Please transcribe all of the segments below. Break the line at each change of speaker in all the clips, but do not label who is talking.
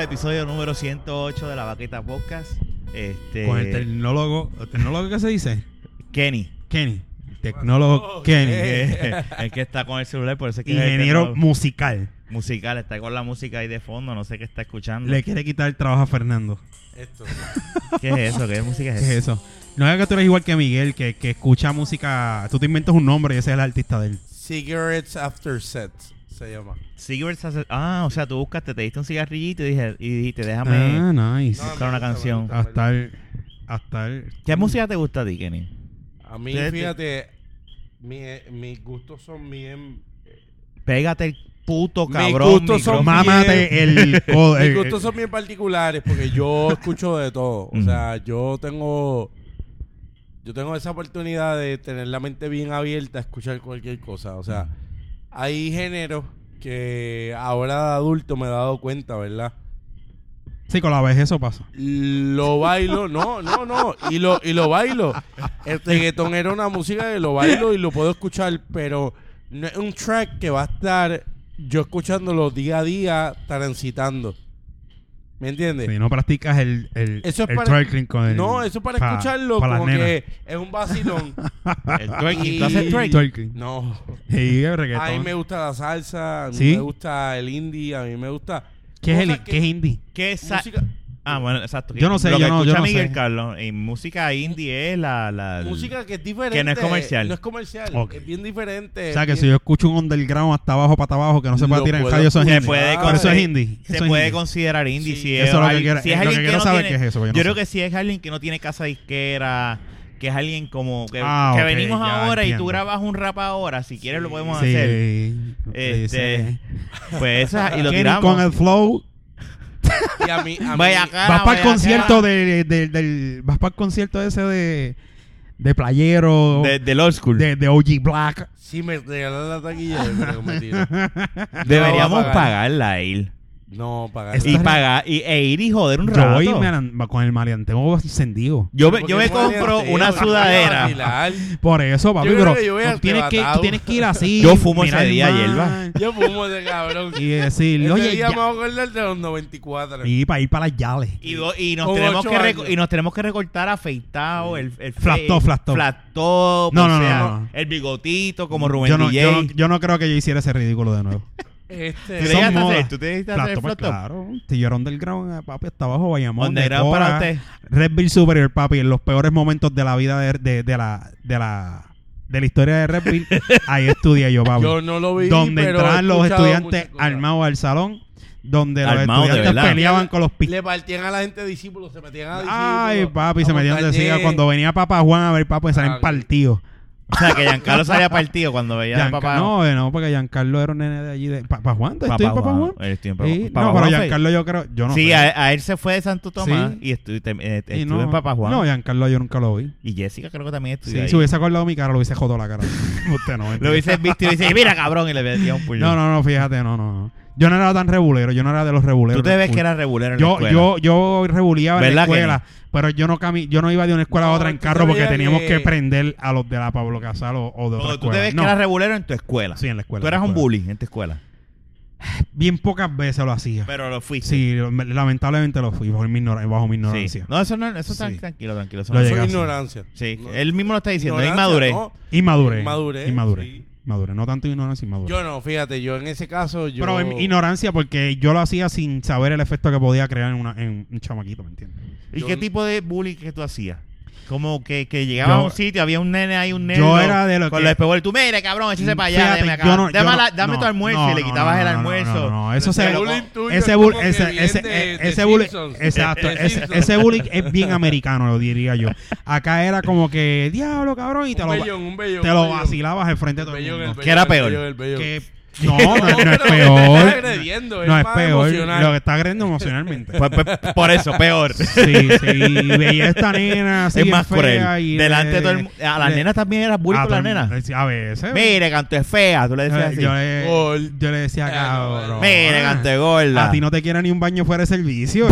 episodio número 108 de la Vaqueta Podcast. Este,
Con el tecnólogo, ¿el tecnólogo que se dice?
Kenny.
Kenny. El tecnólogo
Oh,
Kenny.
Eh, el que está con el celular, por eso es que es el
Ingeniero
tecnólogo
musical.
musical. Está con la música ahí de fondo, no sé qué está escuchando.
Le quiere quitar el trabajo a Fernando.
Esto.
¿Qué es eso? ¿Qué música
¿Qué
es
es
eso?
eso? No es que tú eres igual que Miguel, que, que escucha música. Tú te inventas un nombre y ese es el artista de él.
Cigarettes After Set se llama.
Cigarettes as a- Ah, o sea, tú buscaste, te diste un cigarrillito y, dije, y dijiste, déjame.
Ah, nice.
No,
buscar una
me gusta, me
canción.
gusta, me gusta.
Hasta el. Hasta el.
¿Qué música te gusta a ti, Kenny?
A mí,
Desde-
fíjate, mi- mis gustos son bien.
Pégate el puto
Mis
cabrón.
gustos son
micrófono.
Mámate el. co- el-
Mis gustos son bien particulares porque yo escucho de todo. O
Mm.
sea, yo tengo. Yo tengo esa oportunidad de tener la mente bien abierta a escuchar cualquier cosa. O sea,
Mm.
hay géneros que ahora de adulto me he dado cuenta, ¿verdad?
Sí, con la vez eso pasa.
Lo bailo, no, no, no, y lo, y lo bailo. El reggaetón era una música que lo bailo y lo puedo escuchar, pero no es un track que va a estar yo escuchándolo día a día, transitando. ¿Me entiendes?
Si no practicas el. el
Eso es
el
para-
twerking con el-
no, eso es para
pa-
escucharlo
pa las
como
nenas.
que es un vacilón.
El twerking. ¿Tú
Y-
haces twerking?
Twerking.
No.
Sí, el reggaetón.
A mí me gusta la salsa, a mí
¿Sí?
me gusta el indie, a mí me gusta
¿Qué es el
cosas que-
¿Qué es indie?
¿Qué es esa-
música,
Ah, bueno, exacto.
Yo no sé,
Lo que
yo no- yo
escucha
no
Miguel
sé.
Carlos en música indie es la... la el-
música que es diferente.
Que no es comercial.
No es comercial,
Ok.
es bien diferente.
O sea, que
bien-
si yo escucho un underground hasta abajo, para abajo, que no se puede
eh, Lo
tirar en
puedo
radio, eso es
Se
indie.
escuchar.
puede,
Ah,
Pero eso es
conse-
indie.
Se
eso es
puede
indie.
considerar indie
Sí.
si,
Eso
es,
es lo que
alguien-
quiero-
si es
lo que
alguien que
quiero
no
saber
tiene-
qué es eso, porque
Yo
yo no
creo
sé.
que si es alguien que no tiene casa disquera, que es alguien como que,
Ah,
que
ok,
venimos
ya
ahora y tú
entiendo.
grabas un rap ahora, si quieres lo podemos
Sí,
hacer.
sí,
Este,
sí.
Pues esa, y lo
Kenny
tiramos.
con el flow.
Y a mí, a mí-
Vaya cara,
vas para
Ah, vaya
el concierto
cara.
de, del- del- vas para el concierto ese de, de playero,
De-
de,
del old school.
de, OG Black.
Si me regalan la taquilla, yo creo que me tiro.
Deberíamos
No va a pagar.
pagarla a él.
No, pagar.
Está
Y
re-
pagar, y, e ir y joder un
Yo
rato.
voy y me alan- con el marianteo encendido.
Yo me, yo me compro una sudadera.
Por eso, papi,
Yo creo
pero
que yo voy
tú tienes, que,
arrebatado.
tú tienes que ir así.
Yo fumo
mirar
ese
el
día,
mar
hierba.
Yo fumo ese cabrón.
Y decirle,
Ese
oye,
día
ya-
me voy a acordar de los 94.
y para ir para las yales.
Y, do- y nos
Con
tenemos
ocho
que reco-
años.
y nos tenemos que recortar afeitado, el, el
Flat
fe-
top, flat top.
flat top,
No,
o
no, no,
sea,
no.
el bigotito como Rubén
yo, no,
DJ.
yo, no, yo no creo que yo hiciera ese ridículo de nuevo.
Este,
¿Tú te
Son
llegaste a
modas.
hacer? ¿Tú te llegaste a hacer
Flat top,
flat top?
claro. Si yo era underground, eh, papi, hasta abajo, Bayamón.
Underground
Decora,
para usted.
Red Bull Superior, papi, en los peores momentos de la vida de, de- de la, de la de la historia de Red Bull, ahí estudié yo, papi.
yo no lo vi.
donde
pero he
entraban los
escuchado
estudiantes
muchas cosas.
armados al salón, donde
Armados, de
los estudiantes
verdad.
peleaban con los pistolas.
Le partían a la gente discípulos, se metían a discípulos.
Ay, papi, se
a
metían de
montañés.
siga. Cuando venía papá Juan a ver, papi, salían
Ah,
partidos.
O sea, que Giancarlo se había partido cuando veía a
Gianca-
papá.
No, eh, no, porque Giancarlo era un nene de allí. De... ¿Papá Juan? ¿Te estoy en Papá Juan?
Él estuvo en Papá-
Sí,
Papá
no,
Juan
pero
fue-
Giancarlo yo creo... Yo no
sí,
sé.
a, a él se fue de Santo Tomás
Sí.
y estuve, te- eh,
Y
estuve
no-
en Papá Juan.
No, Giancarlo yo nunca lo vi.
y Jessica creo que también estudió
Sí,
ahí.
si hubiese acordado mi cara, lo hubiese jodido la cara. Usted no,
Lo
mentira.
hubiese visto y le dice, mira cabrón, y le metía un puño.
No, no, no, fíjate, no, no. no. Yo no era tan rebulero, yo no era de los
Tú
rebuleros.
te
del
ves
full.
que era regular en la
yo,
escuela.
yo, yo rebuleaba en la
¿Verdad que
escuela, pero yo no cami yo no iba de una escuela
No,
a otra en
tú
carro porque
sabías
teníamos
que-
que prender a los de la Pablo Casal o, o de otra
Cuando tú
escuela.
te ves
No.
que eras regulero en tu escuela.
Sí, en la escuela.
Tú
en la
eras un
escuela.
bully en tu escuela.
Bien pocas veces lo hacía.
Pero lo fuiste.
Sí, lo- me- lamentablemente lo fui bajo mi, ignora- bajo mi
Sí.
ignorancia.
No, eso no, eso está
Sí.
tranquilo, tranquilo. Eso
Lo
no-
llegué.
Eso es
Llegaste.
ignorancia.
Sí,
No.
él mismo lo está diciendo,
Ignorancia,
inmadurez.
no.
Inmadurez.
Inmadurez, sí.
Inmadurez. No tanto ignorancia, inmadurez.
Yo no, fíjate, yo en ese caso yo
Pero em- ignorancia porque yo lo hacía sin saber el efecto que podía crear en, una, en un chamaquito, ¿me entiendes?
¿Y
Yo-
qué tipo de bullying que tú hacías? Como que, que llegaba a
Yo-
un sitio, había un nene ahí, un nene.
yo era de lo
con
que-
los espejuelos. Tú, mire, cabrón, échese para allá.
Fíjate,
déjame acá.
yo no- yo
dame,
no-
la- dame
no,
tu almuerzo
no,
y le
no,
quitabas
no,
el
no, no,
almuerzo.
No, no, eso se...
El bullying tuyo
Ese
es
bullying,
como que
ese,
bien
ese,
de-
eh,
de
ese bullying,
Simpsons.
exacto,
De
ese,
Simpsons.
ese bullying es bien americano, lo diría yo. Acá era como que, diablo, cabrón, y te
un
lo,
bellón, un bellón,
te
un
lo
bellón.
vacilabas al frente de todo el
Bellón, el
mundo.
bellón,
¿Qué era
el
peor?
bellón, el bellón.
Que- no, no, no es
pero
peor.
estás agrediendo, es
No es
más
peor.
emocional.
Lo que está agrediendo emocionalmente.
Pues- pues, por eso, peor.
Sí, sí. Veía a esta nena así
es
bien
más
fea
cruel.
y
Delante de
le-
todo el mundo. A las
le- Ah,
nenas también eras bullying
a
con las
todo el-
nenas.
A veces.
Mire, canto es fea. Tú le decías así.
Eh, Yo le,
Gol.
yo le decía,
Ah, no,
cabrón.
no.
Mire, canto es gorda.
A ti no te quiera ni un baño fuera de servicio.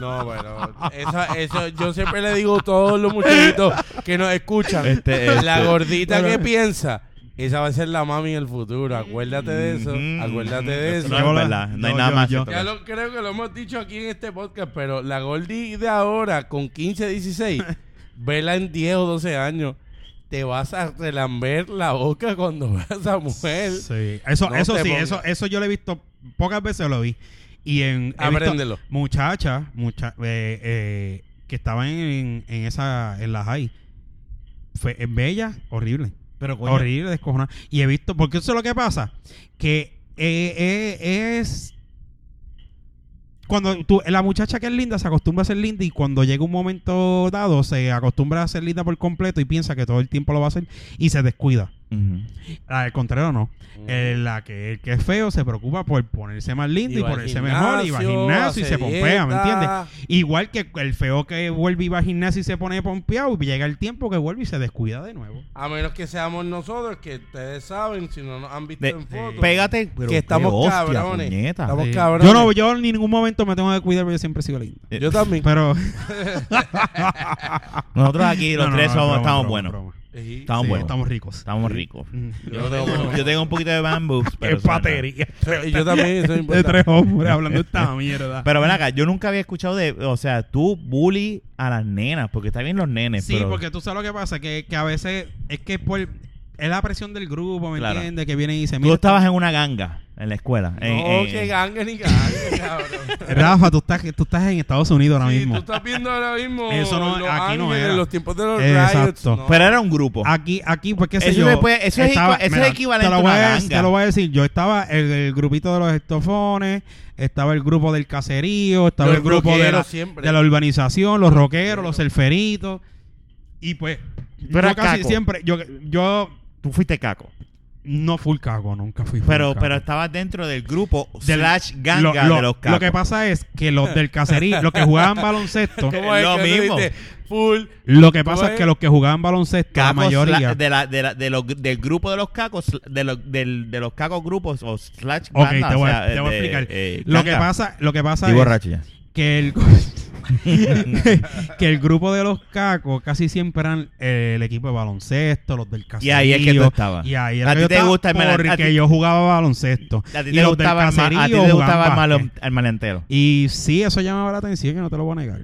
No, pero eso, eso, yo siempre le digo a todos los muchachitos que nos escuchan,
Este, este.
la gordita que piensa Esa va a ser la mami en el futuro. Acuérdate de eso.
Ujú.
Acuérdate de eso.
No es
Yo la-
verdad, no hay
no,
nada
yo-
más.
yo-
Ya lo, creo que lo hemos dicho aquí en este podcast, pero la Goldie de ahora, con 15, 16, vela en 10 o 12 años, te vas a relamber la boca cuando veas a esa mujer.
Sí. Eso,
No
eso
te
sí,
pongas.
eso, eso yo lo he visto, pocas veces lo vi. Y en he visto
Apréndelo.
muchachas, mucha, eh, eh, que estaban en, en esa, en la high. Fue es bella, horrible.
Pero coño,
Horrible, descojonada. Y he visto, porque eso es lo que pasa, que eh, eh, es... Cuando tú, la muchacha que es linda se acostumbra a ser linda y cuando llega un momento dado se acostumbra a ser linda por completo y piensa que todo el tiempo lo va a hacer y se descuida.
Ujú.
Al contrario, no. Eh, la que, el que es feo se preocupa por ponerse más lindo y,
va al
ponerse
gimnasio,
mejor y va al gimnasio y
hace
se pompea, ¿me
dieta.
entiendes? Igual que el feo que vuelve y va al gimnasio y se pone pompeado y llega el tiempo que vuelve y se descuida de nuevo.
A menos que seamos nosotros, que ustedes saben, si no nos han visto
De-
en fotos.
Pégate, pero
que
qué
estamos
hostia,
cabrones.
puñeta.
Estamos
Sí.
cabrones.
Yo no, yo en ningún momento me tengo que cuidar porque yo siempre sigo lindo.
Eh,
Yo también.
Pero
Nosotros aquí los
No, no,
tres somos,
no, broma,
estamos
broma,
buenos.
broma.
Sí.
Estamos
Sí,
buenos. Mm. Estamos,
Estamos ricos.
ricos.
Yo
Yo
no-
tengo, yo tengo un poquito de bambú. pero eso no
Qué
es nada.
patería.
Y yo también, eso es
De
importante.
tres hombres hablando esta mierda.
Pero ven acá, yo nunca había escuchado de, o sea, tú bully a las nenas, porque está bien los nenes,
Sí,
pero
porque tú sabes lo que pasa, que, que a veces es que por, es la presión del grupo, ¿me
Claro.
entiendes? Que vienen y se
tú estabas en una ganga en la escuela. en-
No,
en-
que gangue ni gangue, cabrón.
Eh, Rafa, tú estás, tú estás en Estados Unidos ahora
Sí,
mismo.
tú estás viendo ahora mismo
Eso no-
los
aquí no
ángeles,
era.
los tiempos de los
Exacto.
riots, no.
Pero era un grupo.
Aquí, aquí, pues qué sé
Eso
yo.
se puede- eso es equa- eso es equivalente
te lo
a
voy
una
decir-
ganga.
Te lo voy a decir. Yo estaba el, el grupito de los estofones, estaba el grupo del caserío, estaba
Los
el grupo de la,
rockeros siempre.
de la urbanización, los rockeros, los surferitos. Y pues,
Pero
yo casi
caco.
siempre, yo, yo
tú fuiste caco.
no full cago, nunca fui full
Pero,
caco.
pero estabas dentro del grupo
Del-
slash
lo,
ganga
lo-
de los
lo
cacos.
que pasa es que los del caserío, los que jugaban baloncesto,
¿Cómo es
Lo
que tú
mismo.
dices? Full.
lo que
¿Cómo
pasa
es?
es que los que jugaban baloncesto, la
Cacos
mayoría.
sla- de la, de la- de los- del grupo de los cacos, de los, del- de los cacos grupos o slash
Ok,
ganga,
te
o
voy, a-
sea,
te voy a
de-
explicar.
eh,
lo que
ganga.
pasa, lo que pasa
Estoy
es
borracho ya.
que el que el grupo de los cacos casi siempre eran eh, el equipo de baloncesto, los del caserío.
Y ahí es que tú estabas.
Y ahí
A
era que
ti
yo
te
estaba
gusta el mala- a
porque
ti-
yo jugaba baloncesto.
A ti te
Y los del
gustaba el ma- a ti
caserío
te
jugaban
gustaba el malo-
básquet.
el malentero.
Y sí, eso llamaba la atención, que no te lo voy a negar.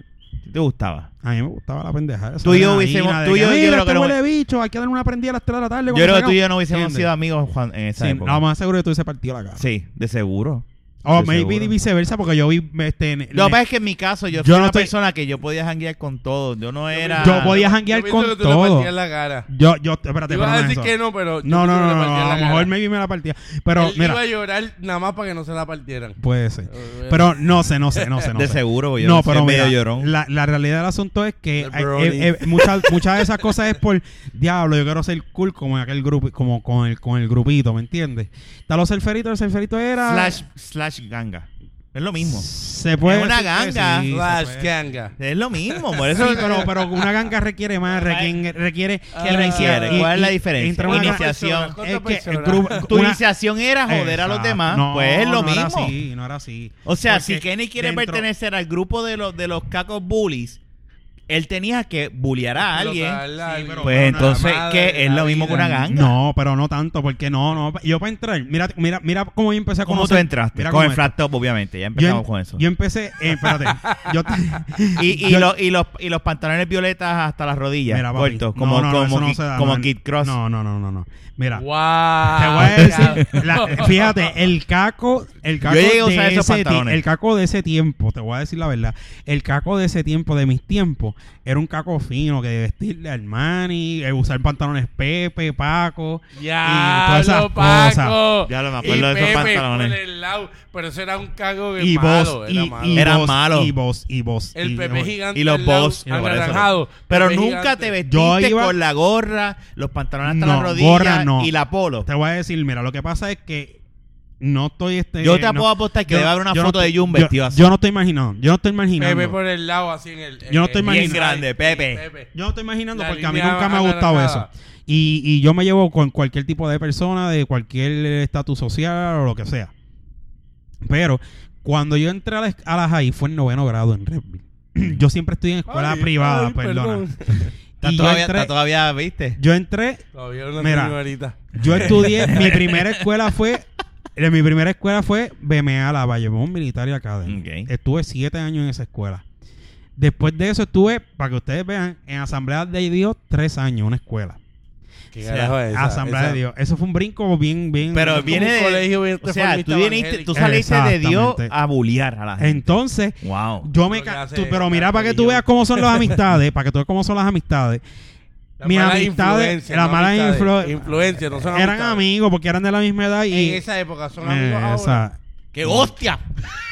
¿Te gustaba?
A mí me gustaba la pendejada. esa
Tú y yo
adrenalina
hubiésemos-
de
tú y
que,
yo- yo
"Mira,
creo
este
que no-
huele bicho, hay que darle una prendida a las 3 de la tarde.
Yo
cuando
creo que
se
tú y yo
acabe".
no hubiésemos
¿Entiendes?
sido amigos Juan, en esa
Sí,
época.
lo más seguro es que tú hubiese partido la cara.
Sí, de seguro.
O
Sí,
Oh, maybe
seguro.
viceversa, porque yo vi. Este, en-
Lo que
en-
pues,
pasa es que en mi caso yo,
Yo
fui
no
una
estoy-
persona que yo podía janguear con todo. Yo no era...
Yo podía janguear
Yo pienso
con
que tú
todo.
Te partías la cara.
Yo, yo, espérate,
Ibas
espérame
a decir
eso.
que no, pero. yo
No, no,
pienso
no,
que te
no,
partías la
a lo
cara.
mejor maybe me la partía. Pero
Él iba a
mira,
llorar nada más para que no se la partieran.
puede ser.
Eh,
Pero no sé, no sé, no sé, no
de
sé.
seguro, porque yo
No,
soy
pero
medio
mira,
llorón.
la, la realidad del asunto es que
El
hay-
brownie.
eh, eh, muchas, muchas de esas cosas es por diablo, yo quiero ser cool como en aquel grupo, como con el, con el grupito, ¿me entiendes? Está los surferitos, el surferito era
Slash, slash ganga. Es lo mismo.
se puede
Es una
decir que
ganga.
sí, se
Flash
puede.
ganga.
Es lo mismo. Por eso...
Sí, pero, pero una ganga requiere más, requiere, requiere
¿Qué requiere?
y-
¿Cuál es la
y-
diferencia?
entre una-
Inicia-
es que el grupo-
tu
una-
iniciación era "Ah, joder a los
Exacto.
demás.
No,
pues es lo
no Era
mismo.
así, no era así.
O sea,
Porque
si Kenny quiere
dentro-
pertenecer al grupo de los, de los cacos bullies, él tenía que bullear a alguien.
Explotarla,
Sí, pero-
Pues
una
entonces,
madre de
¿qué? Es
la
lo mismo
vida.
que una ganga.
No, pero no tanto, porque no, no. Yo para entrar, mira, mira, mira cómo yo empecé a
¿Cómo
conocer-
tú entraste?
mira
con
cómo
el
entra.
flat top, obviamente. Ya
Yo,
empezamos
em-
con eso.
yo empecé, eh, espérate, yo te-
y, y,
yo-
los, y, los, y los pantalones violetas hasta las rodillas.
Mira, papi,
cortos,
no,
como,
no, no,
como,
eso no
Kid-
se da,
como
no,
Kid Cross.
No, no, no, no, no. Mira,
Wow.
te voy a decir, la- fíjate, el caco, el caco
Yo llegué a usar
de
esos
ese ti-
pantalones.
el caco de ese tiempo, te voy a decir la verdad, el caco de ese tiempo, de mis tiempos, era un caco fino, que de vestirle al mani, usar pantalones Pepe, Paco,
Ya,
pues, y todas esas
lo Paco.
cosas.
Ya lo me acuerdo
Y
de esos
Pepe
pantalones.
por el lado, pero eso era un cago de
y
malo,
vos,
era
y,
malo.
y
Era
vos,
malo.
y vos, y vos.
el
y-
Pepe gigante.
Y los
al lado,
boss. y por eso.
anaranjado.
Pero
Pepe
nunca
gigante.
te
Yo
vestiste
iba-
con la gorra, los pantalones hasta las
No,
rodillas
gorra no.
y la polo.
Te voy a decir, mira, lo que pasa es que no estoy este.
Yo te
no-
puedo apostar que
yo-
debe haber una
yo
foto
no-
de Jun
yo-
vestido así.
Yo no estoy imaginando. Yo no estoy imaginando.
Pepe por el lado, así en el.
Yo no estoy
en el-
imaginando.
grande, Pepe.
Yo no estoy imaginando
La
porque a mí
línea
nunca me ha gustado eso.
anaranjada.
Y, y yo me llevo con cualquier tipo de persona, de cualquier estatus social o lo que sea. Pero cuando yo entré a la, a la high fue en noveno grado en Redville. yo siempre estoy en escuela
Ay,
privada, pues,
ay,
perdona.
perdón.
Y
Está
yo
todavía,
entré-
está todavía, ¿viste?
yo entré
Todavía no
Mira.
tengo ahorita.
Yo estudié, mi primera escuela fue, eh, mi primera escuela fue BMA, la Bayamón Military Academy.
Ok.
Estuve siete años en esa escuela. Después de eso estuve, para que ustedes vean, en Asamblea de Dios tres años, una escuela.
¿Qué
O sea,
carajo es Ah, esa?
Asamblea
Esa-
de Dios. Eso fue un brinco bien, bien.
Pero
como
viene
un
de-
colegio bien
O sea, tú,
reformista
viniste,
evangélico.
tú saliste de Dios
Exactamente.
a bullear a la gente.
Entonces,
wow.
yo me...
Lo que
ca-
hace
tú-
es
pero
la
mira, para que tú
religión.
veas cómo son las amistades, para que tú veas cómo son las amistades.
Las
Mis
malas
amistades,
influencias,
las
no
malas
amistades.
influ-
influencias, no son
Eran
amistades.
amigos porque eran de la misma edad y...
En esa época son amigos
Eh,
ahora.
esa-
¡Qué hostia!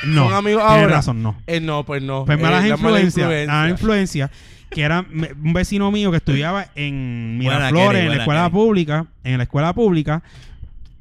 No,
son amigos
tienes
ahora.
razón, no.
Eh, no, pues no.
Pues
Eh,
malas
las malas
influencias. Malas
influencias.
influencias. Que era me- un vecino mío que estudiaba en
Buena,
Miraflores,
Kelly,
en la
buena,
escuela
Kelly.
pública. En la escuela pública.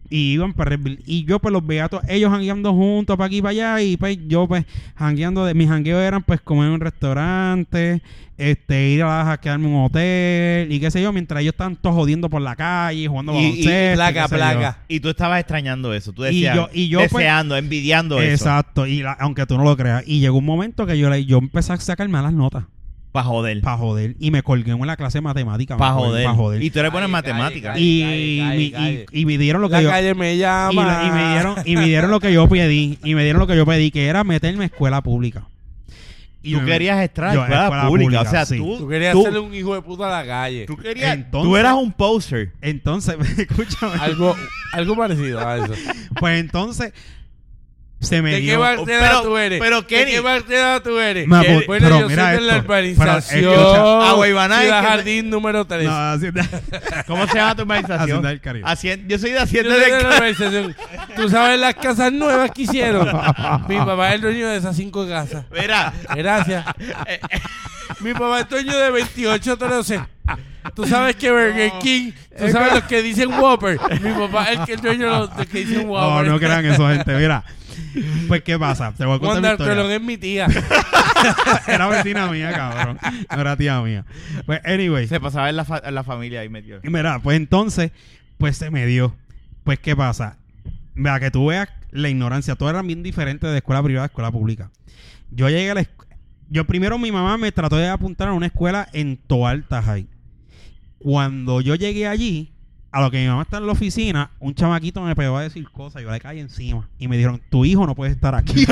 Y iban para Red Bull. Y yo, pues los veía a todos ellos jangueando juntos para aquí y para allá. Y pues yo, pues, jangueando. De, mis jangueos eran, pues, comer en un restaurante, este, ir a, a quedarme en un hotel y qué sé yo. Mientras ellos estaban todos jodiendo por la calle, jugando
Y- y
baloncesto. y
placa,
qué sé yo.
placa.
Y tú estabas extrañando eso. Tú
Y
decías,
yo- y yo, pues-
deseando, envidiando eso.
Exacto. Y la- aunque tú no lo creas. Y llegó un momento que yo, le- yo empecé a sacar malas notas.
Para joder.
Para joder. Y me colgué en la clase de matemática.
Para joder.
Para joder.
Y
Y,
tú eres bueno en
Calle, calle,
matemáticas.
calle.
y,
calle,
y-
calle.
y me dieron lo que
La
yo...
calle me
Y,
llama.
la- y me dieron, y me dieron lo que yo pedí. Y me dieron lo que yo pedí, que era meterme a escuela pública.
Y tú
me-
querías estar en
yo,
la escuela,
escuela
pública. O
pública,
sea,
sí.
tú,
Tú querías
tú-
hacerle un hijo de puta a la calle.
tú querías-
Entonces-
tú eras un poser.
Entonces, escúchame.
Algo, algo parecido a eso.
Pues entonces, se me
¿De qué
dio...
bartera
Pero-
tú eres?
pero,
¿De
Kenny-
qué bartera tú eres?
Ma,
Que-
pues,
bueno,
pero
yo
mira
soy de la
esto. Pero,
urbanización.
escucha.
Ah, Guaybaná,
Ciudad
es que-
Jardín número 3.
No, así-
¿Cómo se llama tu organización?
Hacienda del Caribe.
Hacien- yo soy de
Yo
Hacienda
soy
del
de la
Caribe.
urbanización. Tú sabes las casas nuevas que hicieron. Mi papá es el dueño de esas cinco casas.
Mira,
Gracias.
eh, eh,
Mi papá es dueño de 28 troces. Tú sabes que Burger King, tú sabes los que dicen Whopper. Mi papá es el que es dueño de los de que dicen
no,
Whopper.
no crean eso, gente. Mira. Pues, ¿qué pasa? Te voy a contar mi
Wanda
historia.
Artolón es mi tía.
Era vecina mía, cabrón. No era tía mía. Pues, anyway.
se pasaba en la, fa- en la familia ahí metido.
Y Mira, pues entonces, pues se me dio. Pues, ¿qué pasa? Mira, que tú veas la ignorancia. Todo era bien diferente de escuela privada a escuela pública. Yo llegué a la escu- Yo primero, mi mamá me trató de apuntar a una escuela en Toalta High. Cuando yo llegué allí, a lo que mi mamá está en la oficina, un chamaquito me pegó a decir cosas. Yo le caí encima. Y me dijeron, tu hijo no puede estar aquí.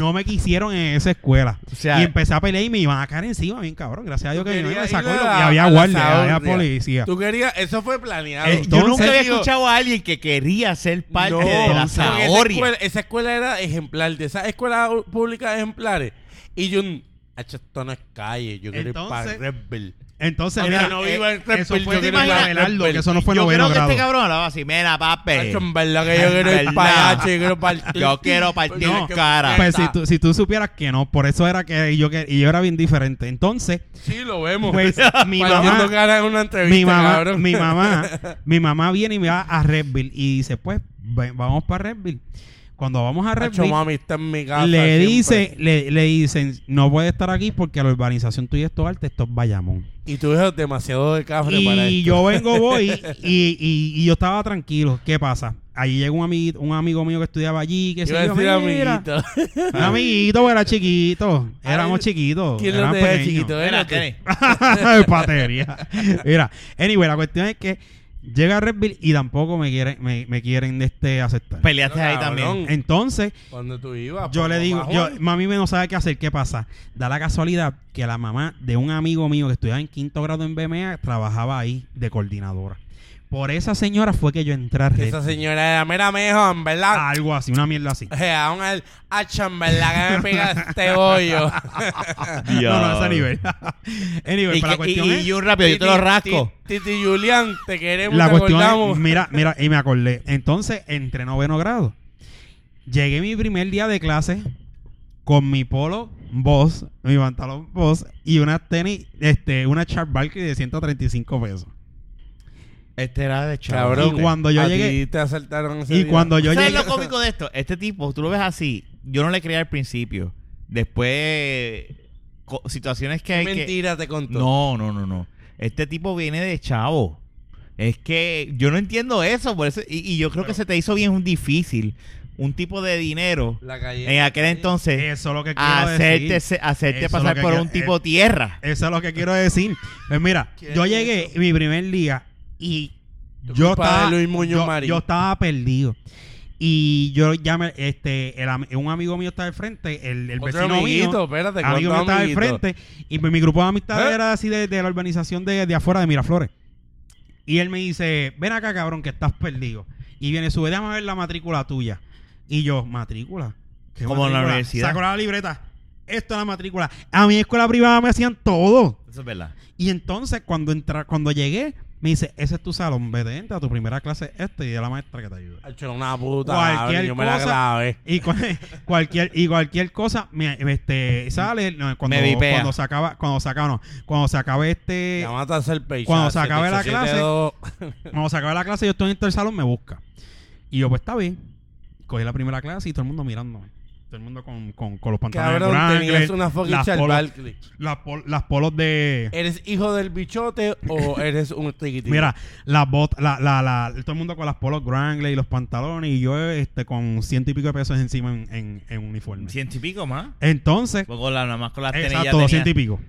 no me quisieron en esa escuela.
O sea-
y empecé a pelear y me iban a caer encima, bien cabrón. Gracias a Dios que mi mamá me
Quería
sacó. Y
ir
lo-
a
y
la-
había
a la
guardia, había
saúde.
policía.
Tú querías, eso fue planeado.
Eh,
Yo nunca
Entonces-
había
Digo-
escuchado a alguien que quería ser parte
No,
de la
porque esa escuela,
Saoria.
esa escuela era ejemplar, de esas escuelas públicas ejemplares. Y yo, "Hacho, esto no es calle, yo quiero
Entonces-
ir para Red Bull.
Entonces,
Aunque
mira,
no
eh,
viva en Red
eso
Bull,
fue
yo
de
quiero ir para
Abelardo,
Red
que eso no
Bull.
fue
Yo
noveno
creo que
grado.
este cabrón hablaba así, mira papi,
Hacho, en verdad que yo quiero ir
eh, Verdad.
para allá, yo quiero partir.
yo quiero partir
No,
cara.
Pues si tú, si tú supieras que no, por eso era que yo, que, y yo era bien diferente. Entonces,
Sí, lo vemos.
pues mi
Partiendo
mamá,
cara en una entrevista,
mi mamá,
cabrón.
mi mamá, mi mamá viene y me va a Redville y dice, pues, ve- vamos para Redville. Cuando vamos a
Hacho,
Redville,
mami está en mi casa.
le
siempre.
dice, le, le dicen, no puede estar aquí porque la urbanización tuya es todo arte, esto es Bayamón.
Y tú eres demasiado de cafre para
Y
esto.
yo vengo, voy y, y- y yo estaba tranquilo. ¿Qué pasa? Allí llegó un amigo, un amigo mío que estudiaba allí, que
Iba a
se
decir amiguito.
Un amiguito, pero era chiquito. Éramos
Ay,
chiquitos.
¿Quién lo
éramos
tenía
pequeños.
chiquito?
Mira,
Era tú.
Kenny,
Patería. Mira, anyway, la cuestión es que llega Redville y tampoco me quieren, me, me quieren este, aceptar.
peleaste
No,
ahí
cabrón.
también.
Entonces,
Cuando tú ibas. pues,
yo
pa-
le digo,
pa-
yo, mami me no sabe qué hacer, ¿qué pasa? Da la casualidad que la mamá de un amigo mío que estudiaba en quinto grado en BMA trabajaba ahí de coordinadora. Por esa señora fue que yo entré a
Que
red.
Esa señora era, mira, mijo, en verdad.
Algo así, una mierda así.
Eh, aún al hacha, en verdad que me pega este hoyo.
Ah, No, no, a ese nivel. anyway,
Y,
pero la
que- y-
cuestión
y
es...
yo rápido, yo te lo
Titi-
rasco.
Titi Titi Julián, te queremos,
La
te
cuestión es,
acordamos.
mira, mira, y me acordé. Entonces, entré noveno grado. Llegué mi primer día de clase con mi polo Boss, mi pantalón Boss y una tenis, este, una Shark Barkley de 135 pesos.
Este era de chaval.
Cabrón,
Y cuando yo
a
llegué-
ti te asaltaron ese
Y
día.
cuando yo
¿Sabes
llegué...
lo cómico de esto? Este tipo, tú lo ves así. Yo no le creía al principio. Después, co- situaciones que hay que...
Mentira te contó.
No, no, no, no. Este tipo viene de chavo. Es que yo no entiendo eso. Por eso y, y yo creo que se te hizo bien difícil un tipo de dinero
La calle.
en aquel entonces
Eso es lo que quiero
a hacerte,
decir.
se- hacerte
Eso
pasar
lo que
por
quiero-
un tipo tierra.
Eso es lo que quiero decir. Pues mira,
¿Qué
yo
es
llegué
eso?
mi primer día y
Es
yo
culpa
estaba,
de Luis Muñoz
yo,
Marín.
yo estaba perdido. Y yo ya me, este, el am- un amigo mío estaba al frente, el, el
Otro
vecino mío.
amiguito, espérate, ¿cuántos
amigo mío estaba al
amiguitos?
frente. Y mi, mi grupo de amistad
¿Eh?
era así de, de la urbanización de, de afuera de Miraflores. Y él me dice, ven acá, cabrón, que estás perdido. Y viene, sube, déjame ver la matrícula tuya. Y yo, matrícula. ¿Qué
Como en la
matrícula?".
universidad.
Saco la libreta. Esto es la matrícula. A mi escuela privada me hacían todo.
Eso es verdad.
Y entonces cuando entra, cuando llegué, me dice, ese es tu salón, vete, entra a tu primera clase es esta y de la maestra que te ayude.
Hacho, era una puta.
Cualquier
cabrón, yo me la
cosa-
clavé.
Y cual- cualquier, y cualquier cosa me, me, este, sale no, cuando,
Me vipea.
cuando se acaba, cuando se acaba, no, cuando se acaba este,
Ya mata a hacer peixe.
cuando se acabe la clase-
7-2.
cuando se acaba la clase, yo estoy en el salón, me busca. Y yo, pues está bien. Cogí la primera clase y todo el mundo mirándome. Todo el mundo con, con, con los pantalones.
Cabrón,
Wrangler,
tenías una fucking
las,
Charles
polos,
Barkley.
las, pol- las polos de.
Eh,
¿Eres hijo del bichote o eres un tiquitín?
Mira, las botas, la, la, la- todo el mundo con las polos Wrangler y los pantalones y yo este, con ciento y pico de pesos encima en, en- en uniforme.
Ciento y pico más.
Entonces,
Pues con la, nada más con las tenis ya
exacto,
tenía.
ciento y pico.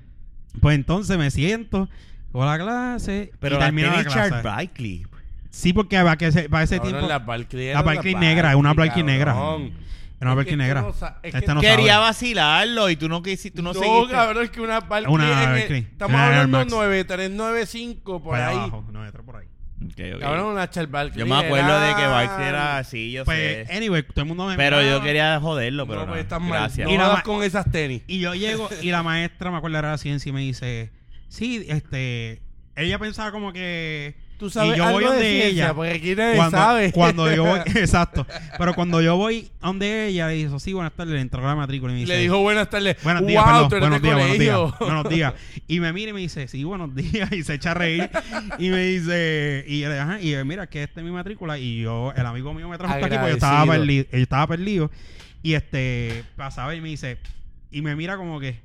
Pues entonces me siento con la clase
Pero
y
las
termino la
tenis Charles
clase.
Barkley.
Sí, porque para, que se- para ese
Cabrón,
tiempo...
la Barkley
este la Barkley negra, es una Barkley negra. Era una Birkin negra. Esta no sabe.
Quería vacilarlo y tú no quisiste, tú no,
No,
seguiste.
cabrón, es que una Barkley.
Una
en el-
Barkley.
Estamos
Una Air
hablando
Max.
93995 por
para
ahí.
Pues abajo. No, entra por ahí.
Ok, ok.
Cabrón, una Charles Barkley.
Yo me acuerdo de que Barkley
Barkley
era así, yo
Pues,
sé.
anyway, todo el mundo me
Pero yo
miraba.
quería joderlo, pero
no,
no.
pues estás mal.
Gracias.
No
Y la
jodas
ma-
con esas tenis.
Y yo llego y la maestra, me acuerdo, era la ciencia y me dice, sí, este, ella pensaba como que...
Tú sabes
y yo voy
algo de
donde
ciencia,
ella.
porque aquí nadie
cuando,
sabe.
cuando yo voy, exacto. Pero cuando yo voy donde ella, le dijo, sí, buenas tardes, le entró la matrícula y me
Y
dice,
le dijo buenas tardes.
buenos días,
wow,
perdón,
tú eres
buenos
de
días, buenos días,
colegio.
buenos días. Y me mira y me dice, sí, buenos días, y se echa a reír. y me dice, y yo le ajá, y yo, mira, que esta es mi matrícula. Y yo, el amigo mío me trajo hasta aquí porque yo estaba
Agradecido.
perdido. Yo estaba perdido. Y este, pasaba y me dice, y me mira como que,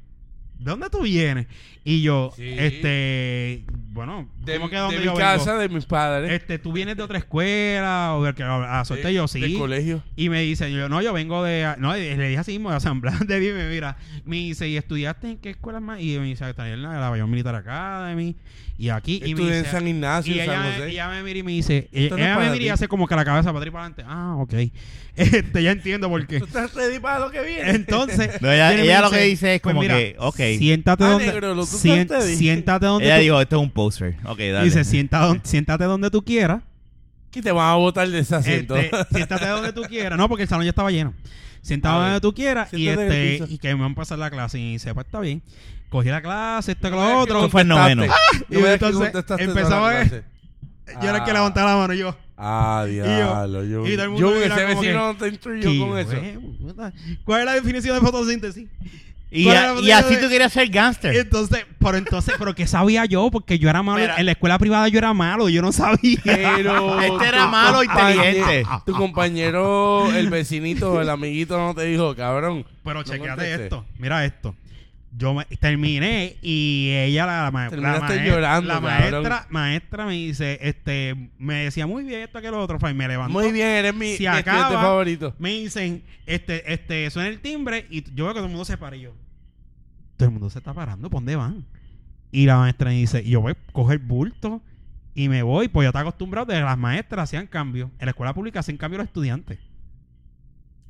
¿de dónde tú vienes? Y yo,
Sí.
este, bueno,
De,
¿cómo que
de
dónde
mi
yo vengo?
casa, de mis padres.
Este, tú vienes de otra escuela o de que a suerte yo sí.
Del colegio.
Y me dice, yo no, yo vengo de. No, y le dije así mismo, de Asamblea de Dime, mira. Me dice, ¿y estudiaste en qué escuela más? Y me dice, "Estudié en la la Bayón Militar Academy. Y aquí. Y me
Estudié en
dice-
San Ignacio,
y
en San
ella,
José.
ella me mira y me dice, eh,
Esto no es
ella me
para
mira y
ti.
hace como que la cabeza para atrás y para adelante. Ah, ok. Este, ya entiendo por qué.
¿Tú estás ready para lo que viene?
Entonces.
No, ella-
viene y me
ella lo que dice es
"Pues
como que, ok.
Siéntate
Ah,
donde.
negro, lo tú
sien-
te dije".
siéntate donde.
Ella
tú-
dijo, esto es un poster. Ok, dale.
dice, "Sienta don- siéntate donde tú quieras.
Que te van a botar de ese asiento.
Este, siéntate donde tú quieras. No, porque el salón ya estaba lleno. Siéntate
A ver.
donde tú quieras y,
Siéntate en el
este,
piso.
y que me van a pasar la clase. Y dice, pues está bien. Cogí la clase, esto que
No me
lo
digas
otro.
Esto fue el noveno.
Y
No me digas que
entonces
contestaste
empezaba
toda la
a-
clase.
Yo era el que
Ah.
levantaba la mano y yo.
Ah, diablo.
yo- y todo
Yo,
el
yo,
mundo
que
mira
ese
como
vecino
que,
no te instruyó con
"Qué
eso.
huevo, puta". ¿Cuál es la definición de fotosíntesis?
Y,
¿Cuál
a-
era la
y
botella
así
de-
tú querías ser gangster.
Eh,
Entonces, pero entonces, pero qué sabía yo, porque yo era malo.
Mira.
En la escuela privada yo era malo, yo no sabía.
Pero
Este era
tu
malo,
compañe-
inteligente.
Tu compañero, el vecinito, el amiguito no te dijo, cabrón.
Pero
no
chequeate
contesté.
esto, mira esto. Yo me- terminé y ella, la, la, ma- la
Terminaste
maest-
llorando,
la
cabrón.
maestra, maestra me dice, este, me decía muy bien esto que lo otro, fue", y me levantó.
Muy bien, eres mi,
Si
mi estudiante
acaba-
favorito.
Me dicen, este, este, suena el timbre y yo veo que todo el mundo se para y yo. Todo el mundo se está parando, ¿por dónde van? Y la maestra me dice, y yo voy, coge el bulto y me voy, pues yo estaba acostumbrado de que las maestras hacían cambios. En la escuela pública hacen cambios los estudiantes.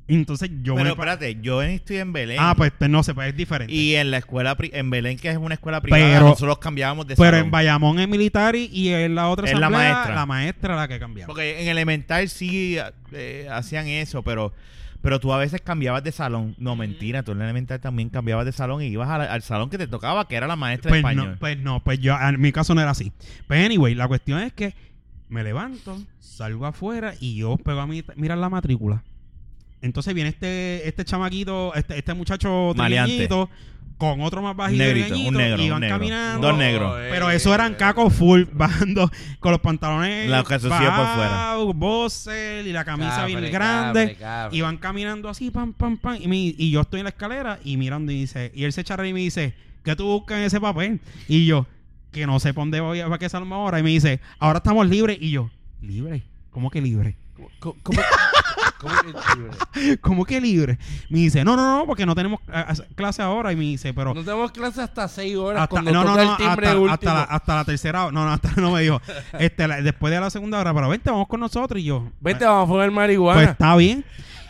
Y entonces yo
Pero
me pa-
espérate, yo estoy en Belén.
eh.
Ah, pues pues, no sé, pues es diferente.
Y en la escuela, pri- en Belén, que es una escuela privada,
Pero-
nosotros cambiábamos de
Pero
salón.
en Bayamón es militar y- y en la otra
Es la
asamblea,
maestra.
la maestra la que cambiaba.
Porque en elemental sí eh, hacían eso, pero pero tú a veces cambiabas de salón. No, mentira, tú en elemental también cambiabas de salón y ibas al, al salón que te tocaba, que era la maestra de
Pues
español.
no, pues no, pues yo, en mi caso no era así. Pues anyway, la cuestión es que me levanto, salgo afuera y yo pego a mi- mirar la matrícula. Entonces viene este, este chamaquito, este, este muchacho
Maleante.
trigueñito, con otro más bajito
Negrito, un
trigueñito,
negro,
y
un
van
negro.
caminando.
Dos negros.
Pero eso eran cacos full, bajando con los pantalones
La calzoncilla por fuera.
bajados, boxer y la camisa bien grande. Y van caminando así, pam, pam, pam. Y, mi- y yo estoy en la escalera y mirando y dice, y él se echa a reír y me dice, ¿qué tú buscas en ese papel? Y yo, que no sé para dónde voy, para qué salmo ahora. Y me dice, ahora estamos libres. Y yo, ¿libre? ¿Cómo que libre?
¿Cómo, cómo- ¿Cómo que libre?
¿Cómo que libre? Me dice, no, no, no, porque no tenemos ah, ah, clase ahora. Y me dice, pero...
No tenemos clase hasta 6 horas
Hasta,
cuando
no, no,
toca
no,
el timbre
hasta,
último.
hasta la, hasta la tercera hora. No, no, hasta no me dijo. Este, la- después de la segunda hora, pero vente, vamos con nosotros. Y yo,
Vete, vamos a fumar
pues
marihuana.
está bien.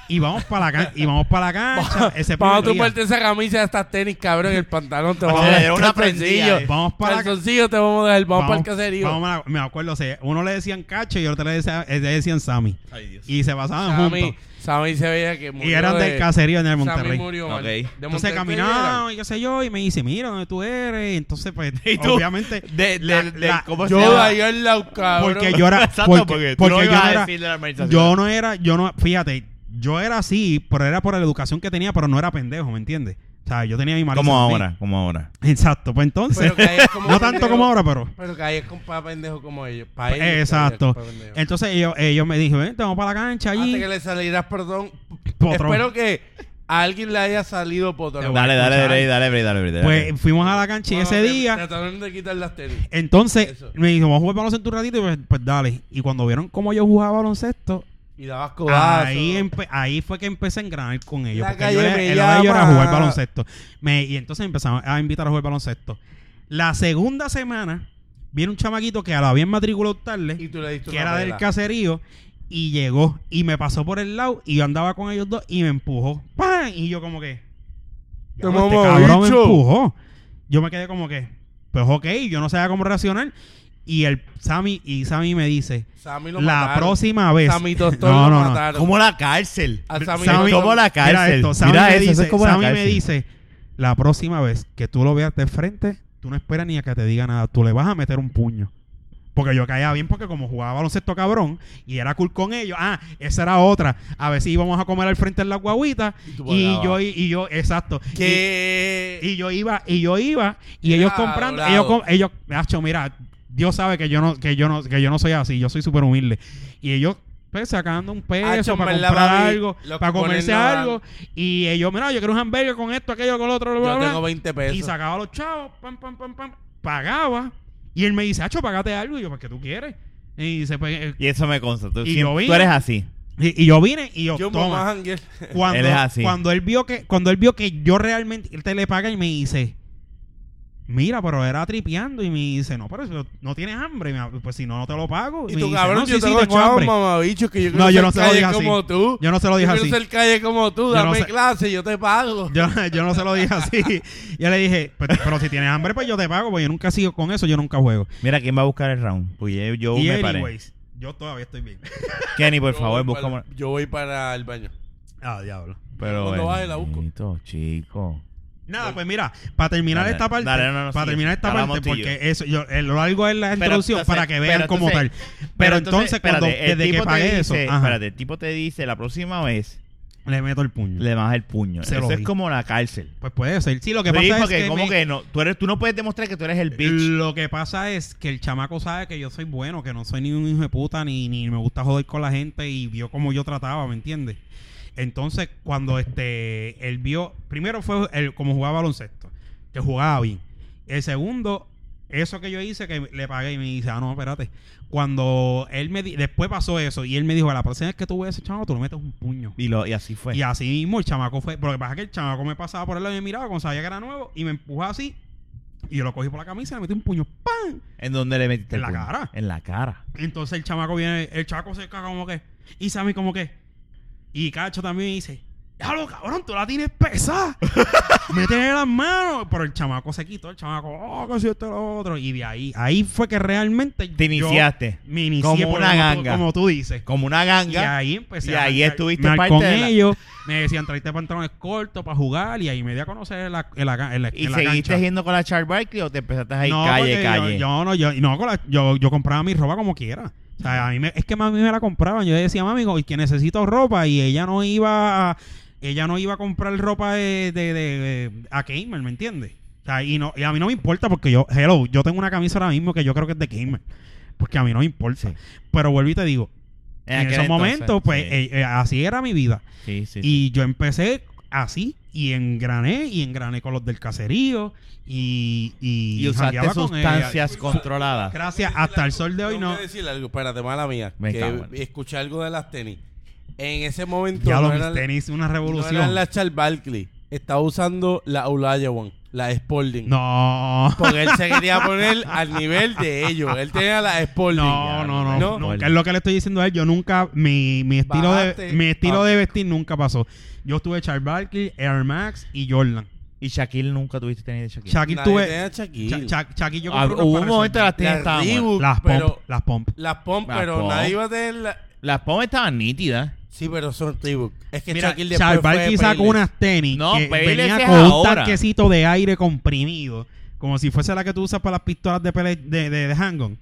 Y vamos para la cancha. Y vamos para la cancha. Ese
vamos a
primer día.
tumbarte esa camisa, estas tenis, cabrón, el pantalón. Te vamos
Le
a
dieron
dar
una prendida, eh.
Vamos para la
Calzoncillo te vamos a dar, vamos, para el caserío.
vamos a la- me acuerdo, o sea, uno le decían Cacho y otro le, decía- le decían Sammy.
Ay, Dios.
Y se pasaban
Sammy,
juntos.
Sammy se veía que murió
Y eran
de-
del caserío en el
Sammy
Monterrey.
murió mal.
Ok.
De
Entonces
Monterrey
caminaban y qué sé yo, y me dice, mira dónde tú eres. Entonces, pues,
Y tú,
obviamente.
de- de-
la-
de-
la-
¿cómo
eran.
se
Yo de
llama?
ahí al lado, cabrón.
porque yo era.
Exacto,
porque
porque tú
porque
no
yo
ibas a
no era.
decir de la organización.
Yo no era, yo no, fíjate, yo era así, pero era por la educación que tenía, pero no era pendejo, ¿me entiendes? O sea, yo tenía mi malicia
Como
también.
ahora, como ahora.
Exacto, pues entonces,
Pero que ahí es como
no tanto
pendejo.
como ahora, pero.
Pero que ahí es con pa pendejo como ellos. Pa ellos
Exacto.
pa pendejo.
Entonces ellos, ellos me dijeron, vente, vamos para la cancha allí.
Hasta que le salirás, perdón.
Potrón.
Espero que a alguien le haya salido potrón.
Dale, dale, Bray, dale, Bray, dale, Bray, dale.
Pues fuimos a la cancha
Bueno,
y ese
te-
día.
Trataron de quitar las tenis.
Entonces
Eso.
me dijo, vamos a jugar baloncesto un ratito y pues, pues dale. Y cuando vieron cómo yo jugaba baloncesto,
Y dabas codazos.
ahí, empe- ahí fue que empecé a engranar con ellos.
La
porque yo
calle
era-
me
el lado de yo era
llama.
jugar baloncesto. Me- y entonces empezamos a invitar a jugar baloncesto. La segunda semana viene un chamaquito que a la habían matriculado tarde.
Y tú le diste
que
una
era del
pela.
caserío y llegó y me pasó por el lado y yo andaba con ellos dos y me empujó ¡Pam! y yo como que
Te
"Diablo, este
mamá,
cabrón me
bicho".
empujó yo me quedé como que pues ok yo no sabía cómo reaccionar y el Sammy y Sammy me dice
Sammy lo
la
mataron.
próxima vez
Sammy Tostón
no,
lo
no, no.
mataron.
Como la cárcel.
A Sammy
Sammy-
Tostón.
como la
Mira
cárcel.
esto, Sammy,
Mira
me,
eso,
dice,
eso es como la
Sammy me
cárcel.
dice, la próxima vez que tú lo veas de frente, tú no esperas ni a que te diga nada, tú le vas a meter un puño. Porque yo caía bien porque como jugaba baloncesto cabrón y era cool con ellos, ah, esa era otra. A ver si íbamos a comer al frente en la guaguita
Y tú
y
pagabas.
yo y, y yo exacto.
Que...
Y, y yo iba y yo iba y
Era
ellos comprando,
adorado.
ellos com- ellos macho, mira, Dios sabe que yo no que yo no que yo no soy así, yo soy súper humilde. Y ellos pues, sacando un peso
Hacho, en
para
verdad,
comprar
papi,
algo,
los
para comerse
cupones no
algo y ellos, mira, yo quiero un hamburger con esto, aquello, con lo otro, bla,
Yo
bla,
tengo
bla.
20
Y
pesos.
sacaba los chavos, pam, pam, pam, pam, pagaba. Y él me dice, Hacho, pagate algo. Y yo, ¿para qué tú quieres? Y, dice, pues, eh,
Y eso me consta. Tú,
Y
siem-
yo vi-
tú eres así.
y- y yo vine y yo,
Yo
toma.
mamá Ángel.
Cuando,
Él es así.
cuando él vio que, cuando él vio que yo realmente, él te le paga y me dice, mira, pero era tripeando. Y me dice, no, pero si no- no tienes hambre. Y me- pues si no, no te lo pago. Y
Y
me
tu
dice,
cabrón,
no,
yo
sí, sí,
tengo chavos,
hambre.
mamabicho, que yo
No, yo
quiero
no
ser
se lo
calle
dije así.
como tú.
Yo no se lo dije así.
quiero ser calle como tú,
Yo no
dame
sé-
clase, yo te pago.
Yo, yo no se lo dije así. Yo le dije, pero, pero si tienes hambre, pues yo te pago, porque yo nunca sigo con eso, yo nunca juego.
Mira, ¿quién va a buscar el round? Pues yo, yo
y
me paré.
anyways, yo todavía estoy bien.
Kenny, por
Yo
favor,
voy para-
busca...
Yo voy para el baño.
Ah, diablo.
Pero
Cuando baje la busco.
bendito, chico.
Nada, pues mira, para terminar
Dale,
esta parte,
dale, no, no,
para
sigue.
terminar esta
Hablamos
parte,
tú y yo.
porque eso, yo, eh, lo largo es la introducción
entonces-
para que
pero
vean como tal.
entonces-
Pero, entonces, cuando,
espérate, el
desde que
tipo te
pagué
dice-
eso, ajá,
Espérate, el tipo te dice la próxima vez
le meto el puño.
le vas el puño.
Se lo
eso es
vi.
como la cárcel.
Pues puede ser. Sí, lo que
Sí,
pasa
porque
es que,
como
me- Eh,
que no, tú, eres, tú no puedes demostrar que tú eres el bitch.
Lo que pasa es que el chamaco sabe que yo soy bueno, que no soy ni un hijo de puta, ni, ni me gusta joder con la gente y vio cómo yo trataba, ¿me entiendes? Entonces, cuando este, él vio, primero fue el, como jugaba baloncesto, que jugaba bien. El segundo, eso que yo hice, que le pagué y me dice, ah, no, espérate. Cuando él me, di- después pasó eso y él me dijo, a la próxima vez que tú veas a ese chamaco, tú le metes un puño.
Y, lo, y así fue.
Y así mismo el chamaco fue. Pero lo que pasa es que el chamaco me pasaba por el lado y me miraba cuando sabía que era nuevo y me empujaba así. Y yo lo cogí por la camisa y le metí un puño. ¡Pam!
¿En dónde le metiste el
En la
puño?
cara.
En la cara.
Entonces el chamaco viene, el chamaco se caga como que. Y Sammy como que. Y Cacho también dice: Déjalo, cabrón, tú la tienes pesada. Métele las manos. Pero el chamaco se quitó, el chamaco, oh, que si esto lo otro. Y de ahí, ahí fue que realmente.
Te
yo
iniciaste.
me inicié
Como
por-
una
tú-
ganga.
como tú dices.
Como una ganga.
Y ahí empecé
Y ahí
janguear.
estuviste
Me al-
parte
con
de la-
ellos. Me decían, traiste pantalones cortos para jugar. Y ahí me di a conocer en la, en la, ca- en la-
¿Y
en la
seguiste
cancha.
yendo con la Charles Barkley o te empezaste a ir
No,
calle,
porque
calle?
Yo, yo no, yo, no, con la- yo, yo compraba mi ropa como quiera. O sea, a mí me- es que mami me la compraban. Yo le decía, mami, co- que necesito ropa. Y ella no iba a, ella no iba a comprar ropa de, de- de- de- a Gamer, ¿me entiendes? O sea, y, no, y a mí no me importa porque yo, hello, yo tengo una camisa ahora mismo que yo creo que es de Gamer. Porque a mí no me importa.
Sí.
Pero vuelvo y te digo, en,
aquel
esos
entonces,
momentos, pues,
sí.
eh, eh, así era mi vida.
Sí, sí, sí.
Y yo empecé así y engrané y engrané con los del caserío y y,
Y usaste
jangueaba con ellos.
sustancias controladas.
Gracias hasta el sol de hoy
Tengo
no.
que decir algo, espérate, mala mía.
Me
que
cago en-
escuché algo de las tenis. En ese momento.
Ya
no
los
eran-
mis tenis, una
No
revolución.
eran las Charles Barkley. Estaba usando la Olajuwon, la Sporting.
No.
Porque él se quería poner al nivel de ellos. Él tenía la Sporting.
No, no, no,
¿No?
nunca. Es lo que le estoy diciendo a él. Yo nunca, mi, mi estilo, de,
Bajaste.
mi estilo
Ah.
de vestir nunca pasó. Yo estuve Charles Barkley, Air Max y Jordan.
Y Shaquille nunca tuviste tenis de Shaquille.
Shaquille
Nadie tenía
tuve.
a Shaquille.
Cha- Cha- Shaquille yo
Ah,
compré unos
hubo un
pares
momento
de-
las tenis
Las
estaban buenas.
Reebok.
las pomp,
Pero-
las pomp.
Las Pom,
Las
pero
Pom.
nadie iba a tener. la-
Las POM estaban nítidas.
Sí, pero son Reebok. Es que
Mira,
Shaquille después
Charles
fue
Barkley sacó
Payless.
unas tenis
No,
que
Payless
venía
es
con un
ahora.
tanquecito de aire comprimido, como si fuese la que tú usas para las pistolas de, pelea- de, de, de handgun.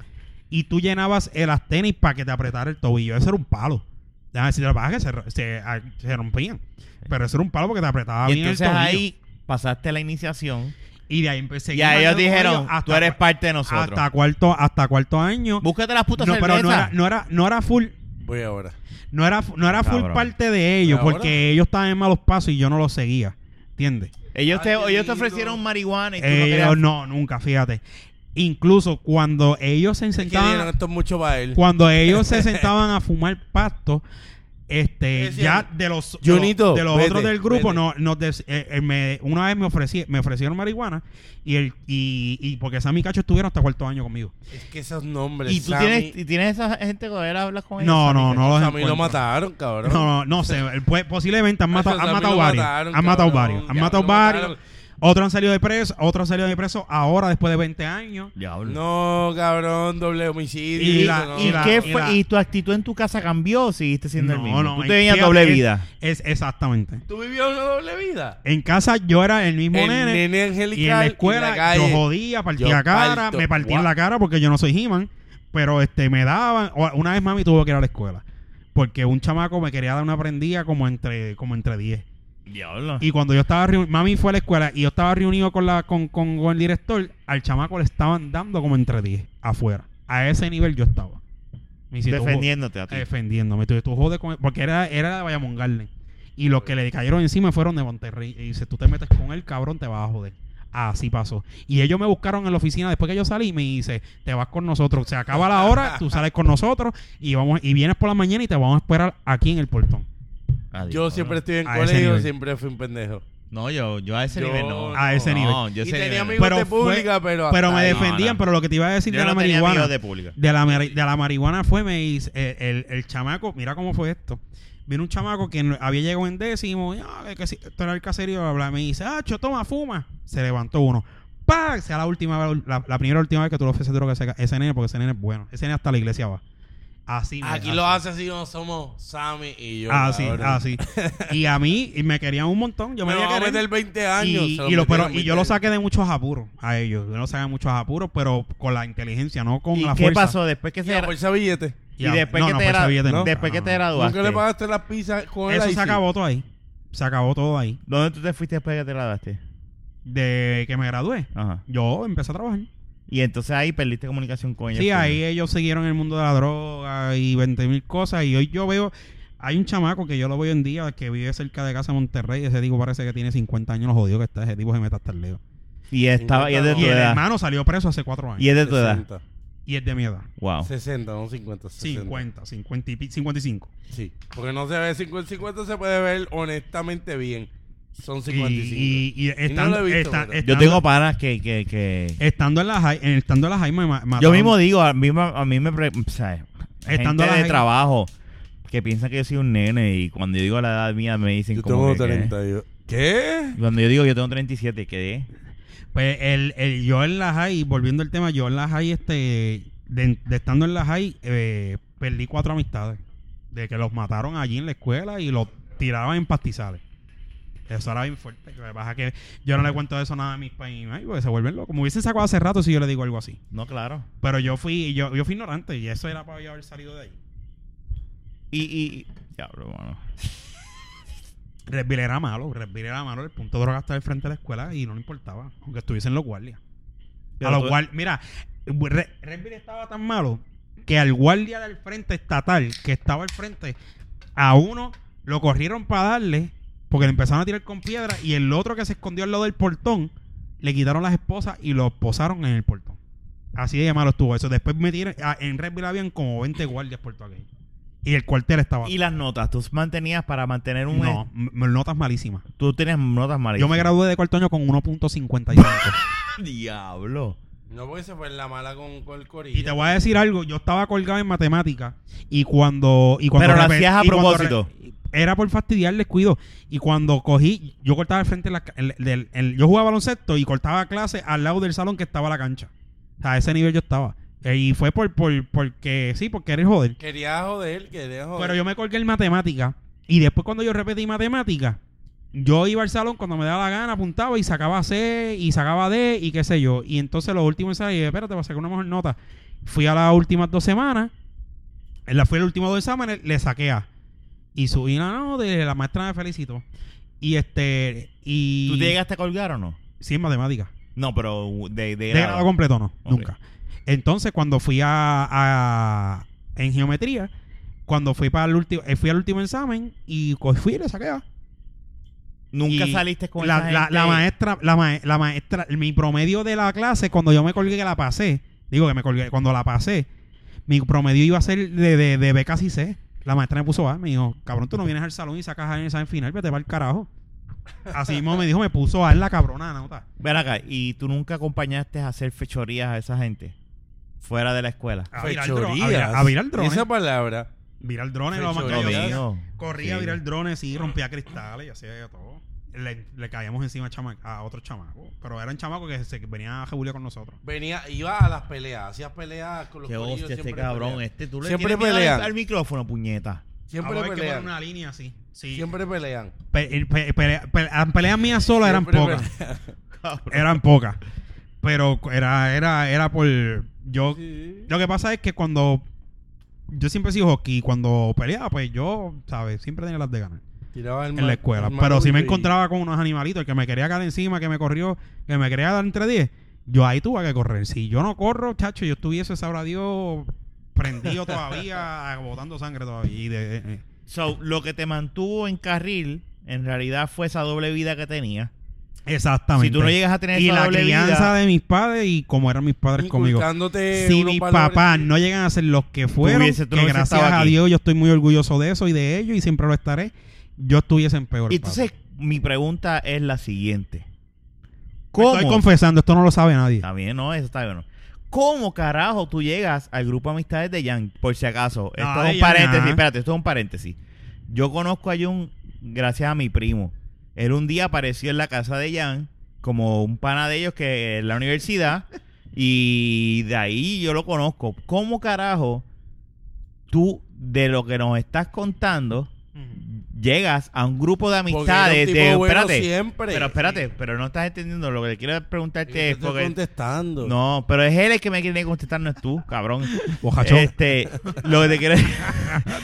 Y tú llenabas eh, las tenis para que te apretara el tobillo. Eso era un palo. Déjame decirte la verdad que se, ro- se, ah, se rompían. Pero eso era un palo porque te apretaba
y
bien el
entonces
tobillo.
ahí pasaste la iniciación.
y de ahí empecé
y ahí ellos dijeron, tú eres parte de nosotros.
hasta cuarto, hasta cuarto año.
Búscate las putas
No, pero no
cervezas.
era, no era, no era full,
Voy ahora.
no era, fu- no era full
Cabrón.
parte de ellos,
Ahora.
porque ellos estaban en malos pasos y yo no los seguía. ¿Entiendes?
Ellos, te,
Ay, qué
ellos te
lindo.
ofrecieron marihuana y tú no
Ellos
querías...
Eh, no, nunca, fíjate. Incluso cuando ellos se
Es que dieron
sentaban,
esto es mucho para él.
cuando ellos se sentaban a fumar pasto, este,
Decían,
ya de los, de
"Junito,
los, de los
vete,
otros del grupo,
vete".
no, nos des- eh, eh, me- una vez me, ofrecí, me ofrecieron marihuana y, el, y, y porque Sammy y Cacho estuvieron hasta cuarto año conmigo.
Es que esos nombres.
Y tú
Sammy-
tienes, y tienes esa gente que ahora hablas con ellos.
No,
Sammy,
no,
que-
no los
Sammy lo
encuentro.
mataron, cabrón.
No, no, no sé. el- pues, posiblemente han matado,
Eso,
han
Sammy
matado
lo
varios.
mataron,
han matado
cabrón,
varios. Han
ya,
matado
lo
varios.
mataron.
Otros han salido de preso. Otros han salido de preso ahora, después de 20 años.
Diablo.
No, cabrón, doble homicidio.
Y
¿Y,
la-
eso no.
y
la-
qué
y
fue?
la-
¿Y tu actitud en tu casa cambió o seguiste siendo el
No,
mismo?
no,
tú
en-
tenías
fíjate,
doble
es-
vida.
Es, exactamente.
¿Tú vivías una doble vida?
En casa yo era el mismo
El
nene.
nene
y en la
angelical
escuela
y en la calle.
yo jodía, partía
Yo
cara,
parto.
me partía en
Guau.
la cara porque yo no soy He-Man. Pero este, me daban. o- Una vez mami tuvo que ir a la escuela. Porque un chamaco me quería dar una prendida como entre, como entre 10.
Diablo.
Y cuando yo estaba reuni- mami fue a la escuela y yo estaba reunido con la con, con, con el director, al chamaco le estaban dando como entre 10 afuera. A ese nivel yo estaba. Me dice, tú Eh, jo-
defendiéndote a ti.
Defendiéndome. Tú, tú jodes con él, porque era, era de Bayamón Garden. Y los que le cayeron encima fueron de Monterrey. Y dice, tú te metes con él, cabrón, te vas a joder. Así pasó. Y ellos me buscaron en la oficina después que yo salí y me dice, te vas con nosotros. Se acaba la hora, tú sales con nosotros y vamos y vienes por la mañana y te vamos a esperar aquí en el portón.
Ah,
Yo
diablo.
siempre estoy en
A ese
colegio,
nivel.
siempre fui un pendejo.
No, yo, yo a ese
Yo
nivel no.
A ese nivel.
No, yo a
y
ese nivel no.
tenía amigos
Pero
de
fue-
pública, pero.
Pero
hasta
me
ahí.
defendían,
no.
pero lo que te iba a decir
Yo
de la
no tenía
marihuana.
amigos de pública.
De la, mari- de la marihuana fue, me dice, eh, el, el chamaco, mira cómo fue esto. Vino un chamaco que no- había llegado en décimo, y, ah, que si- esto era el caserío, bla, bla, me dice, ah, cho, toma, fuma. Se levantó uno. ¡Pam! Sea la última vez- la, la primera última vez que tú le ofreces droga a ese, ese nene, porque ese nene es bueno. Ese nene hasta la iglesia va. Así
Ah,
me-
Aquí los asesinos somos Sammy y yo.
Así,
cabrón.
así. Y a mí, y me querían un montón. Yo
Me
me,
van
había
a meter 20 años.
y,
se
y lo- pero-
metieron
y yo lo
20
saqué de muchos apuros a ellos. Yo lo saqué de muchos apuros, pero con la inteligencia, no con
¿Y
la
qué
fuerza.
pasó después que
años.
se...
Y a bolsa billete.
Y
Ya,
después
no,
que
no,
te,
por
gra-
esa billete nunca,
después que
no,
te
no.
graduaste.
Nunca le pagaste las pizzas con el
Eso
IC?
se acabó todo ahí. Se acabó todo ahí.
¿Dónde tú te fuiste después que te graduaste?
De que me gradué,
Ajá.
yo empecé a trabajar.
Y entonces ahí perdiste comunicación con ellos.
Sí, ahí ellos siguieron el mundo de la droga y 20 mil cosas. Y hoy yo veo, hay un chamaco que yo lo veo en día que vive cerca de casa en Monterrey. Ese tipo parece que tiene 50 años, lo jodido que está. Ese tipo se mete hasta el leo.
Y, estaba, y es de tu
Y el
edad.
hermano salió preso hace 4 años.
Y es de tu edad.
60,
Y es de mi edad.
Wow.
60, no 50. 60.
50, 50 y pi- 55.
Sí. Porque no se ve 50. 50 se puede ver honestamente bien. Son
Y,
55.
y- y
no
estando,
lo he visto,
esta-
pero-
Yo
estando-
tengo panas que... que, que...
estando en la Jai- en- estando en la Jaime ma-
Yo
mataron-
mismo digo, a mí, me- a mí me... pre- o sea, gente
Estando a la
de
gente-
trabajo que piensa que yo soy un nene y cuando yo digo la edad mía me dicen
Yo
como
tengo
que- que-
30. y yo- ¿Qué?
Cuando yo digo yo tengo 37, quedé.
Pues el, el yo en la high, volviendo al tema, yo en la high, este, de, de estando en la high, eh, perdí cuatro amistades. De que los mataron allí en la escuela y los tiraban en pastizales. Eso era bien fuerte. Lo que pasa es que yo no le cuento eso nada a mis países, porque pues, se vuelven locos. Me hubiesen sacado hace rato si yo le digo algo así.
No, claro.
Pero yo fui, yo, yo fui ignorante y eso era para yo haber salido de ahí.
Y... y... Diablo, mano.
Red Bill era malo, Red Bill era malo, el punto de droga estaba al frente de la escuela y no le importaba, aunque estuviesen los guardias.
Pero
a los
tú-
guardias, mira, Re- Red Bill estaba tan malo que al guardia del frente estatal que estaba al frente, a uno lo corrieron para darle porque le empezaron a tirar con piedra y el otro que se escondió al lado del portón le quitaron las esposas y lo posaron en el ah, portón. Así de malo estuvo eso. Después metieron, a- en Red Bill habían como 20 guardias por todo aquello. y el cuartel estaba.
¿Y las notas? ¿Tú mantenías para mantener un...
No, m- notas malísimas.
Tú tenías notas malísimas.
Yo me gradué de cuarto año con 1.55.
Diablo.
No, porque se fue en la mala con, con el corillo.
Y te voy a decir algo, yo estaba colgado en matemática y cuando... Y cuando
Pero lo
repe-
hacías a
y cuando
propósito.
re- Era por fastidiar el descuido. Y cuando cogí, yo cortaba al frente, la ca- el- del- el- yo jugaba baloncesto y cortaba clase al lado del salón que estaba la cancha. O sea, a ese nivel yo estaba. Eh, Y fue por, por porque, sí, porque eres joder.
Quería joder, quería joder.
Pero yo me colgué en matemática y después cuando yo repetí matemática, yo iba al salón cuando me daba la gana, apuntaba y sacaba C y sacaba D y qué sé yo. Y entonces los últimos ensayos, dije, espérate, para sacar una mejor nota. Fui a las últimas dos semanas, en la fui el último dos exámenes, le saqué A. Y subí la nota y la maestra me felicitó. Y este, y...
¿Tú te llegaste a colgar o no?
Sí, en matemática.
No, pero de, de
De
grado.
grado completo no,
Ok.
nunca. Entonces, cuando fui a, a- en geometría, cuando fui para el último, eh, fui al último examen y co- fui y le saqué A.
Nunca
Y
saliste con
la,
esa
la-
gente?
la maestra, la, ma- la maestra, mi promedio de la clase, cuando yo me colgué que la pasé, digo que me colgué, cuando la pasé, mi promedio iba a ser de, de, de B casi C. La maestra me puso A, me dijo, cabrón, tú no vienes al salón y sacas A en el examen final, vete para el carajo. Así mismo me dijo, me puso A en la cabrona nota.
Ven acá, ¿y tú nunca acompañaste a hacer fechorías a esa gente? Fuera de la escuela.
Ah,
A virar dro- a
Fechorías.
virar- a virar drones.
Esa palabra.
Virar drones, lo más que yo
Fechorías.
Lo
hacía.
mío.
Corría a
Sí.
virar drones y rompía cristales y hacía de todo. Le, le caíamos encima a, chama- a otros chamacos. Pero eran chamacos que se, que venían a jebulear con nosotros.
Venía, iba a las peleas, hacía peleas con los
Qué
corillos,
hostia este
siempre
cabrón.
peleas.
Este, tú le
Siempre
tienes miedo al-
pelean.
al, micrófono, puñeta.
Siempre
Ahora hay que poner
pelean.
una línea así. Sí.
Siempre pelean.
Pe- pe- pe- pe- las peleas mías solas eran
Siempre
pocas.
pelean.
Eran pocas. Pero era, era, era por. Yo.
Sí.
Lo que pasa es que cuando. Yo siempre he sido hockey. y Cuando peleaba, pues yo, ¿sabes? Siempre tenía las de ganar.
Tiraba el
en
ma-
la escuela.
el
Pero si me
manubrio y-
encontraba con unos animalitos, el que me quería caer encima, que me corrió, que me quería dar entre 10, yo ahí tuve que correr. Si yo no corro, chacho, yo estuviese, sabrá Dios, prendido todavía, botando sangre todavía. Y de- eh, eh.
So, lo que te mantuvo en carril, en realidad fue esa doble vida que tenía.
Exactamente.
Si tú no llegas a tener
y
esa
la
doble
crianza
vida-
de mis padres y como eran mis padres conmigo.
Inculcándote
Si
unos
mis
valores.
papás no llegan a ser los que fueron,
hubiese- tú
que
no hubiese
gracias
estado
a
aquí.
Dios yo estoy muy orgulloso de eso y de ellos y siempre lo estaré, yo estuviese en peor.
Y entonces, mi pregunta es la siguiente.
¿cómo? Estoy confesando, esto no lo sabe nadie.
Está bien, no, eso está bien. ¿Cómo carajo tú llegas al grupo de amistades de Jan? Por si acaso. Esto
Ah,
es
de
un
Jan,
paréntesis,
ajá.
espérate, esto es un paréntesis. Yo conozco a Jan gracias a mi primo. Él un día apareció en la casa de Jan como un pana de ellos que en la universidad y de ahí yo lo conozco. ¿Cómo carajo tú de lo que nos estás contando llegas a un grupo de
Porque era un
amistades
tipo
de
bueno
espérate,
siempre.
pero espérate, pero no estás entendiendo lo que le quiero
este,
Y
preguntarte
te
es
estoy
porque
contestando.
no, pero es él el que me quiere contestar, no es tú, cabrón.
Bojachón.
Este, lo que te quiero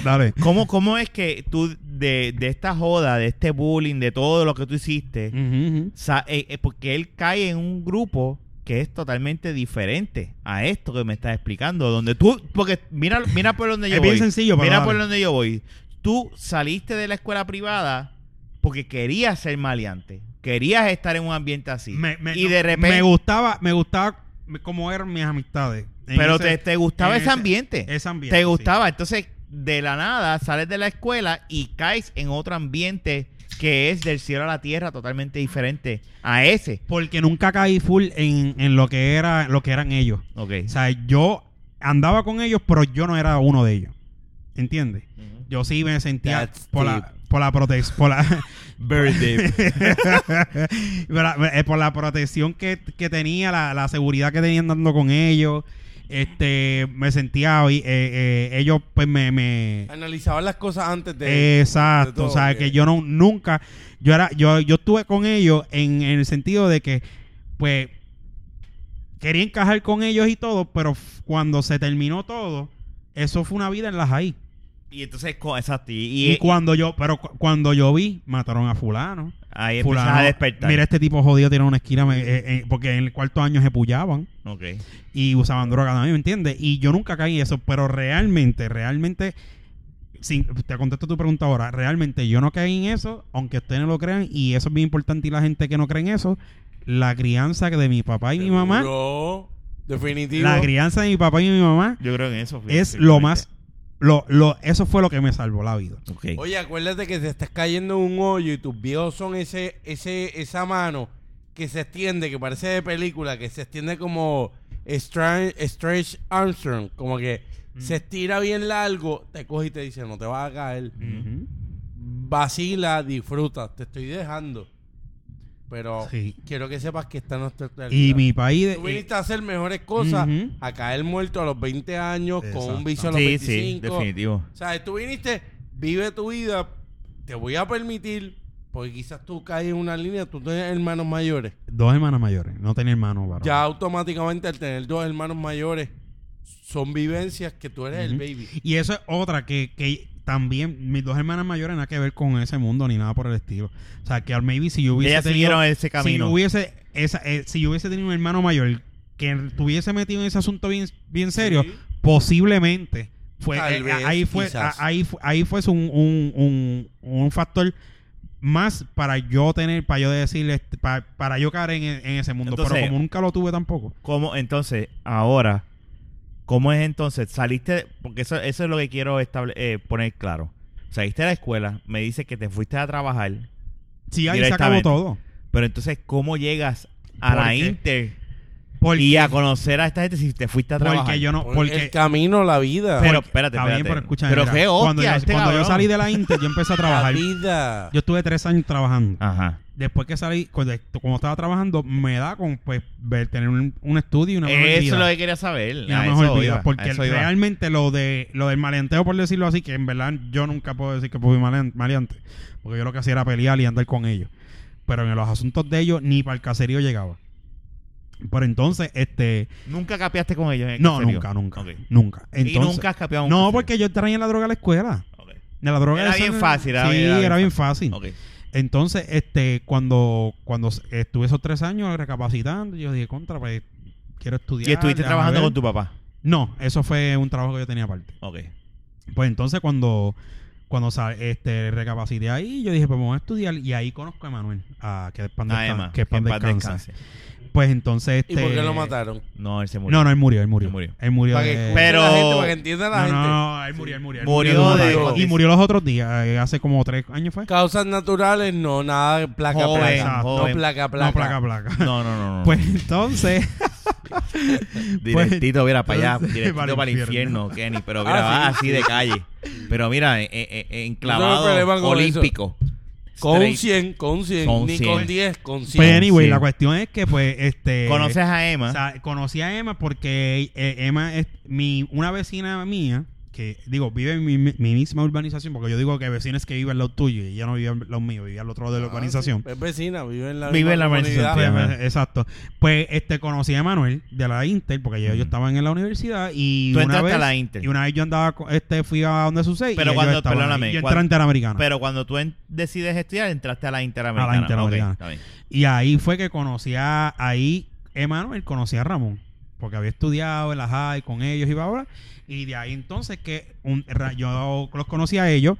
Dale.
¿Cómo, ¿Cómo es que tú, de, de esta joda, de este bullying, de todo lo que tú hiciste,
Mm.
sa- eh, eh, porque él cae en un grupo que es totalmente diferente a esto que me estás explicando, donde tú, porque mira, mira por donde yo
Es bien
voy.
sencillo, pero
mira por
dale.
donde yo voy. Tú saliste de la escuela privada porque querías ser maleante, querías estar en un ambiente así.
Me, me-
y de repente...
me gustaba, me gustaba cómo eran mis amistades. En
Pero
ese-
te, te gustaba
en
ese, ambiente.
Ese ambiente.
Te
sí.
gustaba. Entonces, de la nada, sales de la escuela y caes en otro ambiente que es del cielo a la tierra totalmente diferente a ese.
Porque nunca caí full en, en lo que era, lo que eran ellos.
Ok.
O sea, yo andaba con ellos, pero yo no era uno de ellos. ¿Entiendes?
Ujú.
Yo sí me sentía
That's
por la, por la protex- por la, Por la- eh, por la protección que, que tenía, la, la seguridad que tenía andando con ellos. Este, me sentía, y, eh, eh, ellos pues me... me
Analizaban las cosas antes
Eh,
de.
exacto,
de todo,
o sea,
que-
que yo no, nunca, yo era, yo, yo estuve con ellos en, en el sentido de que, pues, quería encajar con ellos y todo, pero f- cuando se terminó todo, eso fue una vida en las ahí.
Y entonces, co- exacto. Y,
Y,
y- eh,
cuando yo, pero cu- cuando yo vi, mataron a fulano.
ahí empiezas
Fulano,
a despertar.
Mira, este tipo jodido tiene una esquina me- eh, eh, porque en el cuarto año se pullaban
Ok.
y usaban droga también, ¿me entiendes? Y yo nunca caí en eso, pero realmente, realmente, sin- te contesto tu pregunta ahora, realmente yo no caí en eso, aunque ustedes no lo crean, y eso es bien importante y la gente que no cree en eso, la crianza que de mi papá y mi mamá,
Yo, definitivo.
la crianza de mi papá y mi mamá
Yo creo que en eso. fui-
es
fui
lo
fuerte.
más, lo, lo, eso fue lo que me salvó la vida.
Ok.
Oye, acuérdate que te estás cayendo en un hoyo y tus viejos son ese, ese, esa mano que se extiende, que parece de película, que se extiende como Stra- Stretch Armstrong, como que
Mm.
se estira bien largo, te coge y te dice, no te vas a caer. Vacila, disfruta, te estoy dejando. Pero
Sí.
quiero que sepas que esta no es tu realidad.
Y mi país... de- eh,
Tú viniste a hacer mejores cosas,
Ujú.
a caer muerto a los 20 años, con un
Exacto.
vicio a los
Sí,
25.
sí, definitivo.
O sea, tú viniste, vive tu vida, te voy a permitir, porque quizás tú caes en una línea, tú tienes hermanos mayores.
dos hermanas mayores. No tenía hermanos varones.
Ya automáticamente al tener dos hermanos mayores, son vivencias que tú eres el baby.
Y eso es otra que, que también mis dos hermanas mayores nada que ver con ese mundo ni nada por el estilo. O sea, que al maybe si yo hubiese
Ellas siguieron ese camino.
Si yo hubiese, esa, eh, si yo hubiese tenido un hermano mayor que estuviese metido en ese asunto bien, bien serio,
Sí.
posiblemente fue
Tal
eh,
vez,
ahí fue
quizás.
a- ahí fu- ahí fue un, un, un, un factor más para yo tener para yo decirle este, pa- para yo caer en, en ese mundo
Entonces-
pero como nunca lo tuve tampoco
¿Cómo, entonces, ahora, cómo es entonces? Saliste, porque eso, eso es lo que quiero estable- eh, poner claro. Saliste de la escuela, me dice que te fuiste a trabajar,
sí ahí se acabó
Directamente.
todo
pero entonces, ¿cómo llegas a la
Porque-
Inter
porque
y a conocer a esta gente si te fuiste a trabajar?
Porque yo no,
el
porque
camino, la vida.
Pero espérate,
Está bien,
espérate.
pero escúchame,
Pero
mira,
qué hostia,
cuando, yo,
este
cuando yo
cabrón.
salí de la Inter, yo empecé a
la
trabajar.
vida.
Yo estuve tres años trabajando.
Ajá.
Después que salí, cuando, cuando estaba trabajando, me da con pues ver, tener un, un estudio y una mejor
Eso es lo
vida.
que quería saber.
Y una
A
mejor
eso
vida,
iba, a
porque
eso iba.
realmente lo de lo del maleanteo, por decirlo así, que en verdad yo nunca puedo decir que fui malean- maleante, porque yo lo que hacía era pelear y andar con ellos. Pero en los asuntos de ellos ni para el caserío llegaba. Pero entonces, este...
Nunca capeaste con ellos. en el
No,
caserío?
nunca, nunca.
Ok.
Nunca.
y
Entonces,
nunca has capeado un
No,
caserío?
porque yo traía la droga a la escuela.
Ok.
De la droga
Era
esa-
bien fácil, era
sí,
bien-
era,
era bien
bien fácil.
Ok.
Entonces, este, cuando, cuando estuve esos tres años recapacitando, yo dije, contra, pues quiero estudiar.
¿Y estuviste
déjame
trabajando
ver".
con tu papá?
No, eso fue un trabajo que yo tenía aparte.
Ok.
Pues entonces cuando, cuando sa- este, recapacité ahí, yo dije, pues vamos a estudiar. Y ahí conozco a Emanuel, a que es pan,
Ah,
Nada
descan-
más.
que es pan
Ah, en paz
descansa.
descanse.
Pues entonces...
¿Y por
este,
qué lo mataron?
No, él se murió.
No, no, él murió, él murió.
Él murió.
Él murió
Para que
de-
escuche
Pero-
la gente, para que entienda la
No,
gente.
no, no, él murió, él murió. él
Murió
de-
de-
Y murió los otros días, eh, hace como tres años fue.
Causas naturales, no, nada, placa,
Joven,
placa.
joven.
No, placa, placa.
No, placa, placa.
No, no, no. no.
Pues entonces, Pues,
Directito, mira, para allá,
entonces,
directito para el infierno, Kenny. Pero mira,
Ah,
vas
sí,
así de calle. Pero mira, eh, eh, eh, enclavado
No tengo problema con eso.
olímpico.
Con
Straight.
100, con 100,
Con
ni
100.
con 10, con 100.
pues anyway,
sí.
la cuestión es que pues este
Conoces a
o
Emma.
sea, conocí a Emma porque eh, Emma es mi una vecina mía que digo, vive en mi, mi misma urbanización, porque yo digo que vecinas que viven al lado tuyo y ella no vive al lado mío, vivía al otro lado de la
Ah,
urbanización.
sí, Es vecina, vive en la
Vive en la
comunidad.
urbanización,
Pues,
pues, Ajá.
exacto. Pues este conocí a Manuel de la Inter porque yo, yo
Mm.
estaba en la universidad y
Tú
una
entraste
vez
a la Inter.
y una vez yo andaba con- este fui a donde sucede
Pero
y ellos
cuando-
estaban ahí.
perdóname,
yo entré
cuando-
a Interamericana.
Pero cuando tú en- decides estudiar, entraste a la Interamericana.
A la Interamericana.
Ok, está bien.
Y ahí fue que conocí a. Ahí Emanuel conocía a Ramón. Porque había estudiado en la high con ellos y bla, bla. bla. Y de ahí entonces que un, ra- yo los conocí a ellos.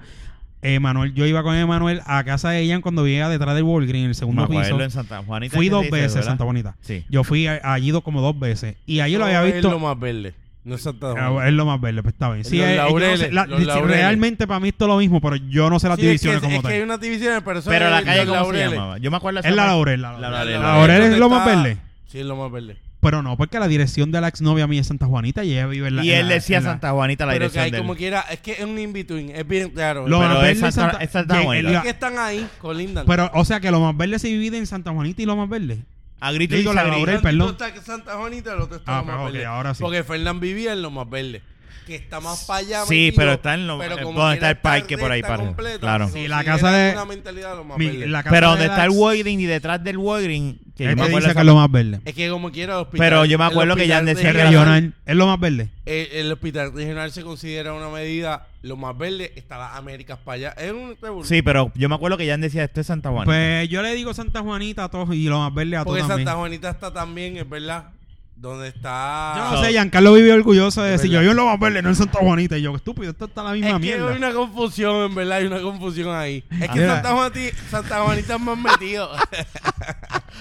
Emanuel, yo iba con Emanuel a casa de ella cuando vivía detrás del Walgreens, en el
Me
segundo
acuerdo
piso.
en Santa Juanita.
Fui
que
dos
se dice,
veces a
¿verdad?
Santa Bonita.
Sí.
Yo fui a- allí do- como dos veces. Y allí lo había
Eso Es
visto.
lo más verde. No es Santa
Ah,
Domingo.
Es lo más verde, pues está bien. Sí,
Los
eh, yo no
laureles,
sé, la-
los
sí,
laureles.
realmente para mí esto es lo mismo, pero yo no sé las
Sí, es que,
divisiones
es,
como
es que
tal.
hay unas divisiones, pero eso
Pero
es
la calle,
en
¿cómo se
Laureles.
llamaba? Yo me acuerdo de
Es la
esa-
Laurel, la
La
Laurel.
Laurel.
La Laurel es lo más
Está-
verde.
Sí, es lo más verde.
Pero no, porque la dirección de la exnovia mía es Santa Juanita y ella vive en la.
Y
en
él
la-
decía
en la-
Santa Juanita la
pero que
dirección
hay
de él.
como quiera, es que es un in-between, es bien claro.
Lo
Pero
más
es
verde
Santa- es Santa
que-
Juanita.
el-
es que están ahí, colindan.
Pero, o sea que lo más verde se divide en Santa Juanita y lo más verde.
A grito
Digo, la Laurel,
Uno
perdón.
está en Santa Juanita, el otro está
Ah,
en lo más
pero ok,
verde.
ahora sí.
Porque Fernán vivía en lo más verde. Que está más para allá.
Sí,
metido,
pero está en lo- eh,
como
donde está
quiera
el parque por ahí
recta
para arriba.
completa,
Claro.
Sí, la
si
casa
era
de-
una mentalidad de lo más
Mi-
verde.
la casa
Pero
de
donde está el
Dax,
Walgreen y detrás del Walgreen, que yo
este
me acuerdo
dice
esa-
que es lo más verde.
Es que como quiera, el hospital-
Pero yo me
el
acuerdo que ya
hospital
decía
El
que
regional-
regional es lo más verde.
el, el hospital regional se considera una medida lo más verde. Está las Américas para allá. Es un revolú-
Sí, pero yo me acuerdo que Jan decía, esto es Santa Juana.
Pues yo le digo Santa Juanita a todos y lo más verde a todos
Porque
también.
Santa Juanita está también, es verdad. Donde
Yo
está.
no sé, Giancarlo vive orgulloso de
Es
decir, yo vivo
verdad.
en lo más verde, no en Santa Juanita. Y yo, estúpido, esto está la
Es
misma
que
mierda.
hay una confusión, en verdad, hay una confusión ahí. Es que
Mira.
Santa, Juanita, Santa Juanita es más metido.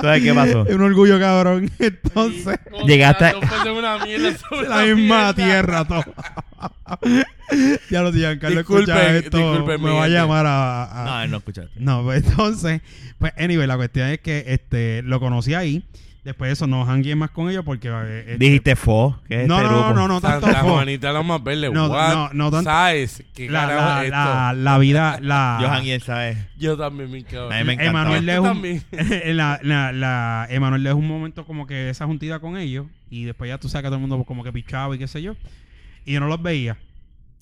¿Sabes qué pasó?
Es un orgullo, cabrón. Entonces,
Llegaste-
Dos personas, una mierda sobre
la
una
misma
mierda.
tierra todo. ya lo digan, Carlos
Disculpen,
escucha esto.
disculpen,
me
mi
va a
gente.
llamar a- a-
No, no escuchaste.
no, pues entonces, pues anyway, la cuestión es que este lo conocí ahí. Después de eso no hangué más con ellos porque eh, este-
Dijiste fo, que es
no,
este
no, no,
grupo.
no, no tanto.
Santa
fo-
Juanita la más verde.
No,
what?
no, no tanto-
¿Sabes? ¿Qué
la,
carajo
la,
es
la, la vida, la
Yo Janguiel, ¿sabes?
esto? Yo también, mi cabrón.
A mí me encanta.
Emanuel
Yo
es un
también.
la, la, la- Emanuel es un momento como que esa juntida con ellos y después ya tú sabes que todo el mundo como que pichaba y qué sé yo y yo no los veía.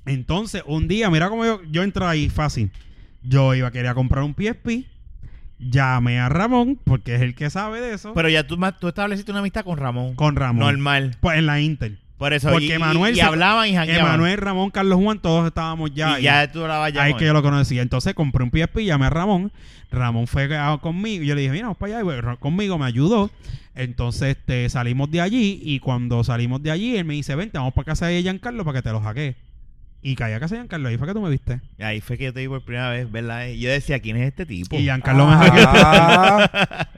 Entonces, un día, mira cómo yo, yo entré ahí fácil. Yo iba quería comprar un PSP, llamé a Ramón porque es el que sabe de eso.
Pero ya tú, ma- tú estableciste una amistad con Ramón.
con Ramón.
Normal.
Pues en la Intel.
Por eso.
Porque
y, y-
Emanuel
y
se-
hablaban y jangueaban.
Emanuel, Ramón, Carlos Juan, todos estábamos ya.
y ya tú la vas
ahí que yo lo conocía. Entonces compré un PSP, llamé a Ramón. Ramón fue a- conmigo. Yo le dije, mira, vamos para allá. Y bueno, conmigo me ayudó. Entonces este, salimos de allí. Y cuando salimos de allí, él me dice, vente, vamos para casa de Giancarlo para que te lo hackee. Y caí a casa de Giancarlo. Ahí fue que tú me viste.
Ahí fue que yo te vi por primera vez, ¿verdad? Y yo decía, ¿quién es este tipo?
Y Giancarlo me hackeó.
Ah,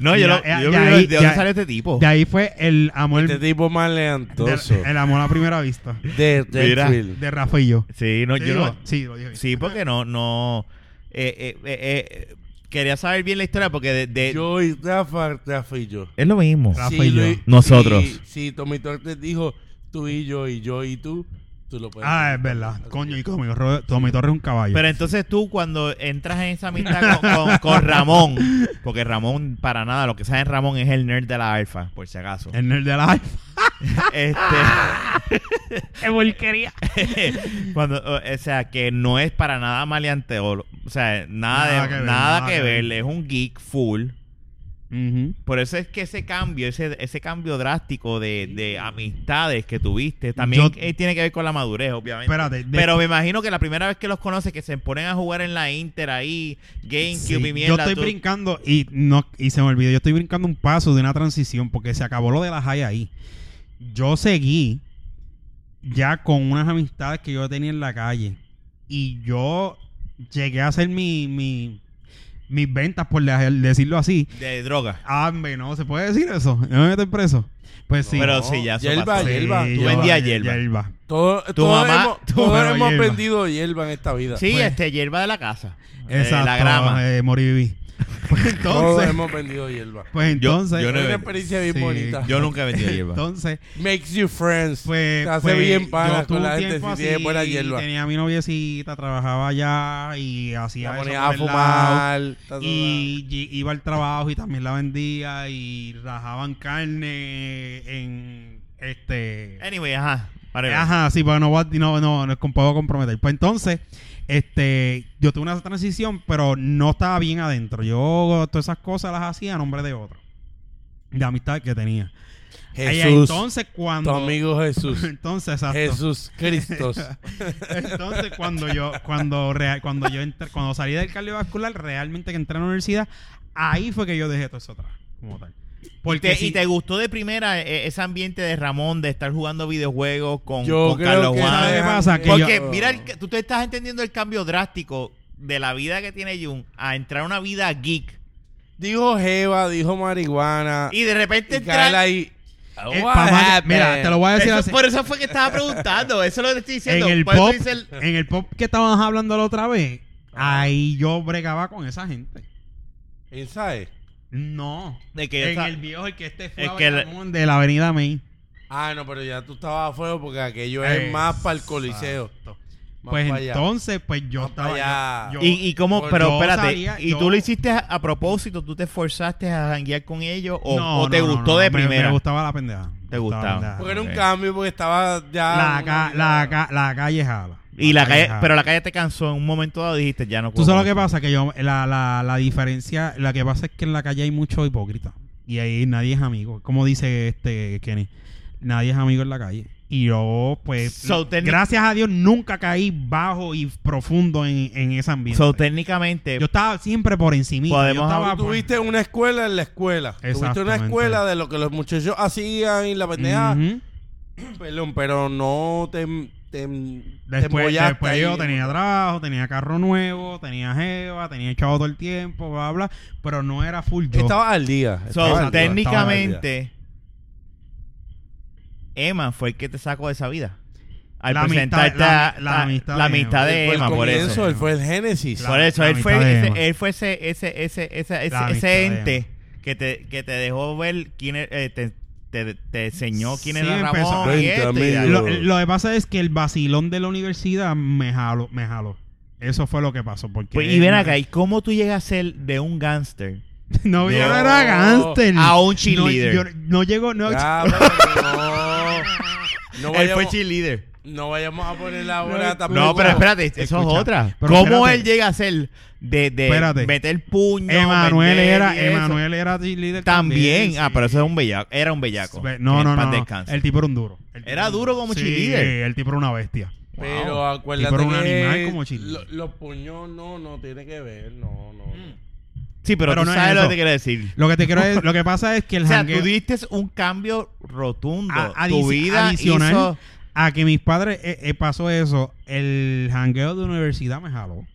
no, yo,
Ya,
lo,
ya,
yo
ya
me-
ahí-
¿de dónde
ya-
sale este tipo?
De ahí fue el amor,
este tipo más
de-
leantoso.
el amor a primera vista.
De
Mira.
Redfield.
De Rafa y yo.
Sí, no,
¿Te
yo
digo?
no.
Sí, lo dije.
Sí, porque no, no. eh, eh, eh, eh, quería saber bien la historia porque de, de-
Yo y Rafa, Rafa y yo.
es lo mismo.
Rafa y yo.
Luis-
Nosotros.
Sí, sí, Tommy Torres dijo tú y yo y yo y tú, tú lo puedes.
Ah,
hacer.
es verdad.
Así
Coño,
que-
y conmigo, Robert- Tommy Torres es un caballo.
Pero entonces tú cuando entras en esa amistad con, con- con Ramón, porque Ramón para nada, lo que saben Ramón es el nerd de la alfa, por si acaso.
En el de la alfa.
Este,
¡Qué porquería!
cuando, o o sea, que no es para nada maleanteo, o sea, nada,
Nada
de-
que ver,
nada,
nada
que
que
ver,
ver.
es un geek full. Por eso es que ese cambio, ese, ese cambio drástico de, de amistades que tuviste, también
Yo-
eh, tiene que ver con la madurez, obviamente.
Espérate. de-
Pero me imagino que la primera vez que los conoces, que se ponen a jugar en la Inter ahí, GameCube
sí,
y mierda.
yo estoy
tú-
brincando y no y se me olvidó. Yo estoy brincando un paso de una transición porque se acabó lo de la high ahí. Yo seguí ya con unas amistades que yo tenía en la calle y yo llegué a hacer mi, mi- mis ventas, por de- decirlo así.
De droga.
Ah, hombre, no se puede decir eso. No me meto preso. Pues sí.
Pero
No,
sí, ya eso
hierba,
pasó.
hierba.
Sí,
Tú
yo-
vendías hierba.
hierba.
Todo, todos
mamá-
hemos,
tu
todos
mamá
hemos
hierba.
vendido hierba en esta vida.
Sí,
Pues-
este, hierba de la casa. Eh,
Exacto.
la grama.
eh, Moribí. Pues
Todos
entonces,
hemos vendido hierba.
pues entonces,
yo no
Es
eh,
una experiencia bien
sí.
bonita.
Yo nunca he vendido hierba.
entonces,
Makes you friends.
pues,
Te hace
pues,
bien
yo
panas
tuve
con
un
la gente
tiempo
si tiene
así,
buena hierba.
Tenía a mi noviecita, trabajaba allá y hacía
La
eso
ponía
por
a
el lado.
fumar. ta, ta, ta.
Y, y iba al trabajo y también la vendía y rajaban carne en este
Anyway, ajá. Vale,
Ajá, sí, pero no, voy a- no, no, no es comp- puedo comprometer. Pues entonces, este, yo tuve una transición, pero no estaba bien adentro. Yo todas esas cosas las hacía a nombre de otro. De amistad que tenía. Y
Jesús.
entonces cuando...
tu amigo Jesús.
Entonces, exacto.
Jesús Cristo.
Entonces, cuando yo, cuando real, cuando yo entré, cuando salí del cardiovascular, realmente que entré a la universidad, ahí fue que yo dejé todo eso atrás, como tal. Porque
Te-
si-
¿Y te gustó de primera eh, ese ambiente de Ramón de estar jugando videojuegos con,
Yo
con
creo
Carlos
que...
Juan?
¿Sabes qué pasa? Que
Porque
yo-
mira,
Oh.
el- tú te estás entendiendo el cambio drástico de la vida que tiene Jun a entrar a una vida geek
Dijo Jeva, dijo marihuana.
y de repente
Y
entrar.
Carla ahí.
este eh, pa' más- mira, te lo voy a decir
Eso-
así.
por eso fue que estaba preguntando. Eso es lo que estoy diciendo.
en el
Por eso
pop,
pues, dice el- Ah.
en el pop que estábamos hablando la otra vez, ahí yo bregaba con esa gente.
Inside.
No.
de que yo
En
estaba-
el viejo el que este fue
Es
a
que la-
Bayamón de la Avenida Main.
Ah, no, pero ya tú estabas a fuego porque aquello es más para el coliseo.
Exacto.
Más
Eh, Pues
pa' allá.
entonces, pues yo
Más pa'
estaba
allá.
yo-
y, y cómo,
Yo
pero espérate,
sabía-
¿y
yo-
tú lo hiciste a, a propósito? ¿Tú te esforzaste a janguear con ellos? ¿O,
No,
o te
no, no,
gustó
no,
de
me-
primera?
Me gustaba la pendeja.
Te
Me
gustaba.
la pendeja.
Porque ah, era un
Ok.
cambio, porque estaba
La,
ya. una
ca-
vida-
la, ca- la calle jala.
y la calle,
jala.
pero la calle te cansó. En un momento dado dijiste, ya no
Tú
puedo
sabes lo
más.
que pasa, que yo, la, la, la diferencia, la que pasa es que en la calle hay muchos hipócritas. Y ahí nadie es amigo. Como dice este Kenny, nadie es amigo en la calle. Y yo, pues,
So, técnic-
gracias a Dios, nunca caí bajo y profundo en, en ese ambiente.
So, técnicamente,
yo estaba siempre por encima.
Podemos
yo estaba
Tú tuviste una escuela en la escuela. Tuviste una
Exactamente.
escuela de lo que los muchachos hacían y la pendeja. Perdón, pero no te. te te
Después,
embollaste
después
ahí.
yo tenía trabajo, tenía carro nuevo, tenía jeva, tenía chavo todo el tiempo, bla, bla. Pero no era full yo.
Estaba al día.
So,
estaba al día,
técnicamente, Emma fue el que te sacó de esa vida. al
La
presentar
amistad- la-
esta-
la
esta-
amistad
la
de
amistad
Emma.
de
Él fue el
Emma, por
comienzo,
eso.
él fue el génesis.
La-
Por eso,
la
él fue,
amistad de
ese,
Emma.
él fue ese, ese, ese, esa- ese,
La amistad
ese
de
ente que te, que te dejó ver quién es- eh, te, te, te enseñó quién
Sí,
era
empezó-
Ramón y
Vente,
esto, y
amigo.
da-
Lo, lo que pasa es que el vacilón de la universidad me jaló, me jaló. Eso fue lo que pasó. Porque
Pues, y ven acá, ¿y cómo tú llegas a ser de un gángster
No, yo
No.
no era gánster.
a un
No,
cheerleader?
yo- no llegó, no,
Cabrón, no. No
él fue
vayamos,
cheerleader.
no vayamos a poner la hora tampoco.
No, pero espérate, eso es
Escucha,
otra.
pero
¿Cómo
espérate.
él llega a ser de, de
Espérate.
meter puño?
Emanuel
vender
era,
y eso?
Emanuel era líder
También. Ah, pero eso
es
es un bellaco. Era un bellaco. Que
No,
en
no,
paz
no, no.
descanse.
El tipo era un duro. El tipo
Era
un
duro como
sí,
cheerleader.
el tipo era una bestia.
Pero
Wow.
acuérdate
Tipo era un
que
animal como chile.
lo- los puños no, no tiene que ver, no, no.
Sí, pero,
pero
tú
no es
sabes lo que
eso.
te quiero decir.
Lo que te quiero es, lo que pasa es que el
O sea,
jangueo-
tú diste un cambio rotundo.
A-
tu
adici-
vida
adicional
hizo-
a que mis padres eh, eh, pasó eso, el jangueo de universidad me jaló.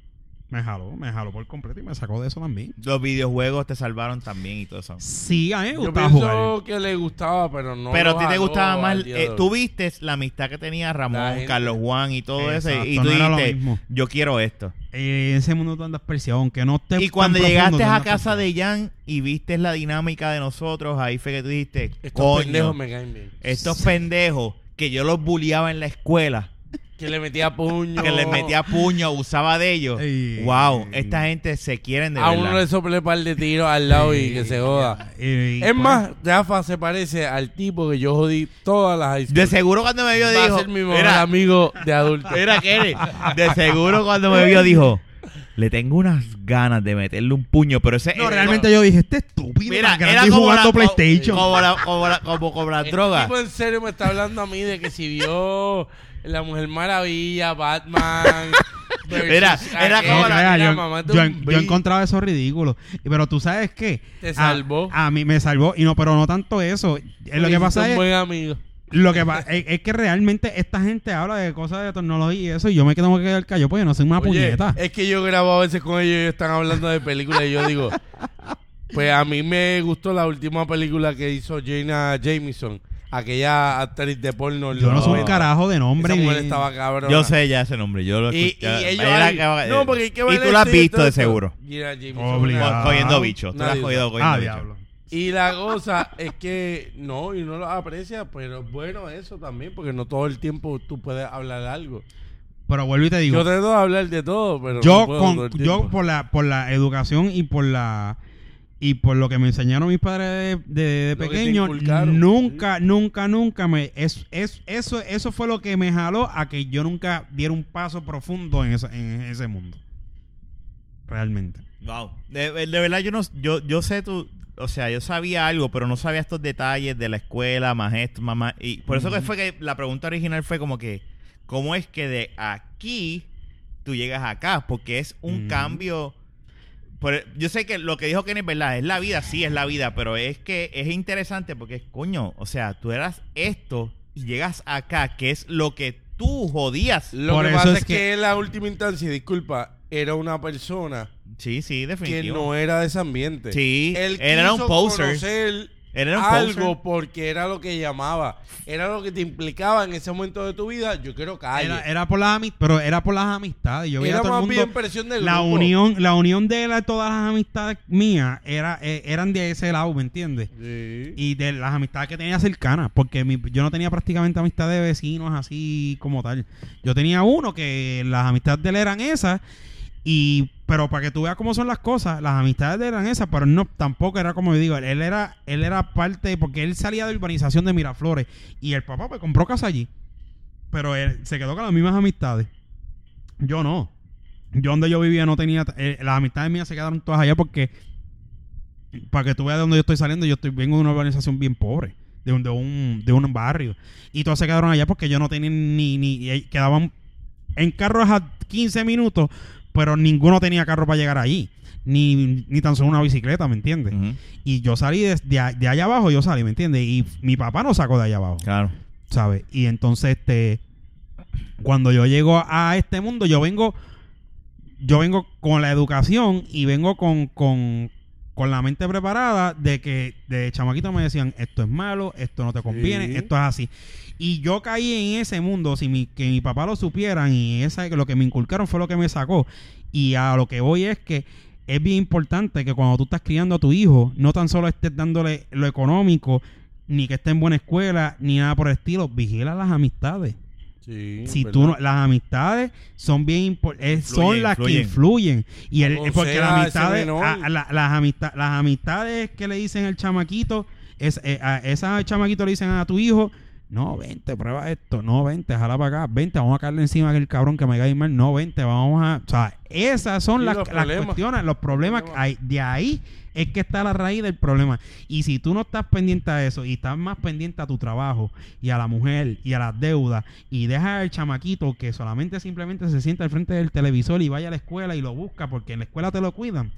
Me jaló, me jaló por completo y me sacó de eso también.
Los videojuegos te salvaron también y todo eso.
Sí, a mí me
Yo
gustaba
pienso
jugar.
que le gustaba, pero no.
pero a
lo
ti te
jaló
gustaba
al
más...
día de
eh,
hoy.
tú viste la amistad que tenía
La
Ramón,
gente.
Carlos Juan y todo eso. Y
Exacto,
tú
no era lo
dijiste,
mismo.
yo quiero esto.
Eh, en ese mundo tú andas perseguido, aunque no estés
Y
tan
cuando
profundo,
llegaste
tú
a
andas
casa
perseguido.
de Jan y viste la dinámica de nosotros, ahí fue que tú dijiste,
Estos
coño,
pendejos me caen bien.
estos pendejos que yo los bulliaba en la escuela,
Que le metía puño.
que les metía puño, abusaba de ellos.
Ey.
Wow, esta gente se quieren de
A
verdad.
uno le soplé un par de tiros al lado y que se joda.
Eh,
Es
pues,
más, Rafa se parece al tipo que yo jodí todas las high school.
De seguro cuando me vio
Va
dijo,
a ser mi mejor
"Mira,
amigo de adulto.
Era Kenny. De seguro cuando me vio dijo, le tengo unas ganas de meterle un puño, pero ese...
eh,
No, realmente yo dije, este estúpido
Mira,
tan grande
era
y
como
jugando
la-
PlayStation.
Como, la, como, la- como, como las
El
drogas.
Eh, tipo en serio me está hablando a mí de que si vio La Mujer Maravilla, Batman. versus
Era- era
aquel,
como
No,
la-
crea,
mira,
yo,
mamá, tú
yo-
un
yo
bi-
encontraba eso ridículo. Y- Pero tú sabes qué.
Te
A-
salvó.
A, mí me salvó. Y no, pero no tanto eso. Eh, Lo que
hiciste
pasa
un
es,
buen amigo.
lo que pa- es, es que realmente esta gente habla de cosas de tecnología y eso. Y yo me tengo que quedar callado porque yo no soy una
Oye,
puñeta.
Es que yo grabo a veces con ellos y ellos están hablando de películas y yo digo, pues a mí me gustó la última película que hizo Jaina Jameson, aquella actriz de porno. en
yo no
los
soy un
90.
carajo de nombre.
Esa mujer
ni- Ah,
estaba cabrona.
Yo sé ya ese nombre, yo lo
Y, y
escuché.
ellos
Era
ahí-
que-
no, porque hay que
y
ver
tú lo has
esto y
visto
todo
de
esto.
seguro.
Jaina Jameson,
Obligado.
una-
Co- Cogiendo bichos. Tú lo has
Nadie
cogido
sabe.
cogiendo
Ah,
bichos.
diablo.
Y la cosa es que no, y uno lo aprecia, pero es bueno eso también, porque no todo el tiempo tú puedes hablar algo.
Pero vuelvo y te digo.
Yo trato de hablar de todo, pero
yo
no puedo todo
con
el
yo
tiempo.
por la por la educación y por la y por lo que me enseñaron mis padres de, de- de
Lo que te
pequeño
inculcaron,
nunca nunca nunca me es, es- eso eso fue lo que me jaló a que yo nunca diera un paso profundo en esa- en ese mundo realmente
Wow. De, eh, de verdad, yo no yo, yo sé tu. O sea, yo sabía algo, pero no sabía estos detalles de la escuela, más esto, más. más- y por eso que fue que la pregunta original fue como que: ¿cómo es que de aquí tú llegas acá? Porque es un
Ujú.
cambio. por- yo sé que lo que dijo Kenny es verdad, es la vida, sí es la vida, pero es que es interesante porque, coño, o sea, tú eras esto y llegas acá, que es lo que tú jodías.
Lo
por
que
eso
pasa
es
es que...
que-
en la última instancia, disculpa, era una persona
Sí, sí,
que
definitivo.
no era de ese ambiente.
Sí,
Él
él era
quiso
un poser.
conocer
Él era un
algo
poser.
porque era lo que llamaba, era lo que te implicaba en ese momento de tu vida. Yo quiero calle.
era, era por las ami- pero era por las amistades yo veía
eh. Era
a todo el
más bien
mundo
presión del
la
grupo.
unión la unión de la- todas las amistades mías era eh, eran de ese lado me entiendes
Sí.
y de las amistades que tenía cercanas, porque mi- yo no tenía prácticamente amistades de vecinos así como tal. Yo tenía uno que las amistades de él eran esas, y pero para que tú veas cómo son las cosas, las amistades de él eran esas, pero no tampoco era como yo digo, él, él era él era parte porque él salía de urbanización de Miraflores y el papá pues compró casa allí, pero él se quedó con las mismas amistades. Yo no. Yo donde yo vivía no tenía eh, las amistades mías se quedaron todas allá porque para que tú veas de dónde yo estoy saliendo, yo estoy vengo de una organización bien pobre, de un, de un, de un barrio. Y todos se quedaron allá porque yo no tenía ni, ni y ahí quedaban en carros a 15 minutos, pero ninguno tenía carro para llegar allí. Ni, ni tan solo una bicicleta, ¿me entiendes?
Ujú,
Y yo salí de, de a- de allá abajo, yo salí, ¿me entiendes? Y mi papá no sacó de allá abajo.
Claro.
¿sabes? Y entonces, este, cuando yo llego a este mundo, yo vengo, yo vengo con la educación y vengo con, con, con la mente preparada de que de chamaquito me decían esto es malo, esto no te conviene,
Sí.
esto es así. Y yo caí en ese mundo, si mi, que mi papá lo supieran y esa, lo que me inculcaron fue lo que me sacó. Y a lo que voy es que es bien importante que cuando tú estás criando a tu hijo, no tan solo estés dándole lo económico, ni que esté en buena escuela, ni nada por el estilo, vigila las amistades.
Sí,
Si
¿verdad?
tú no- las amistades son bien impor- es- son
Influyen,
las que
influyen.
influyen y el,
Aconseja
porque las
a ese
amistades
menor.
a- a la- las amistades las amistades que le dicen al chamaquito es eh, a esas chamaquito le dicen a tu hijo no, vente, prueba esto. No, vente, jala para acá. Vente, vamos a caerle encima a aquel cabrón que me cae mal. No, vente, vamos a... O sea, esas son
Sí,
las,
los
las
problemas.
cuestiones, los problemas. que
Problemas.
hay. De ahí es que está la raíz del problema. Y si tú no estás pendiente a eso y estás más pendiente a tu trabajo y a la mujer y a las deudas y dejas al chamaquito que solamente simplemente se sienta al frente del televisor y vaya a la escuela y lo busca porque en la escuela te lo cuidan,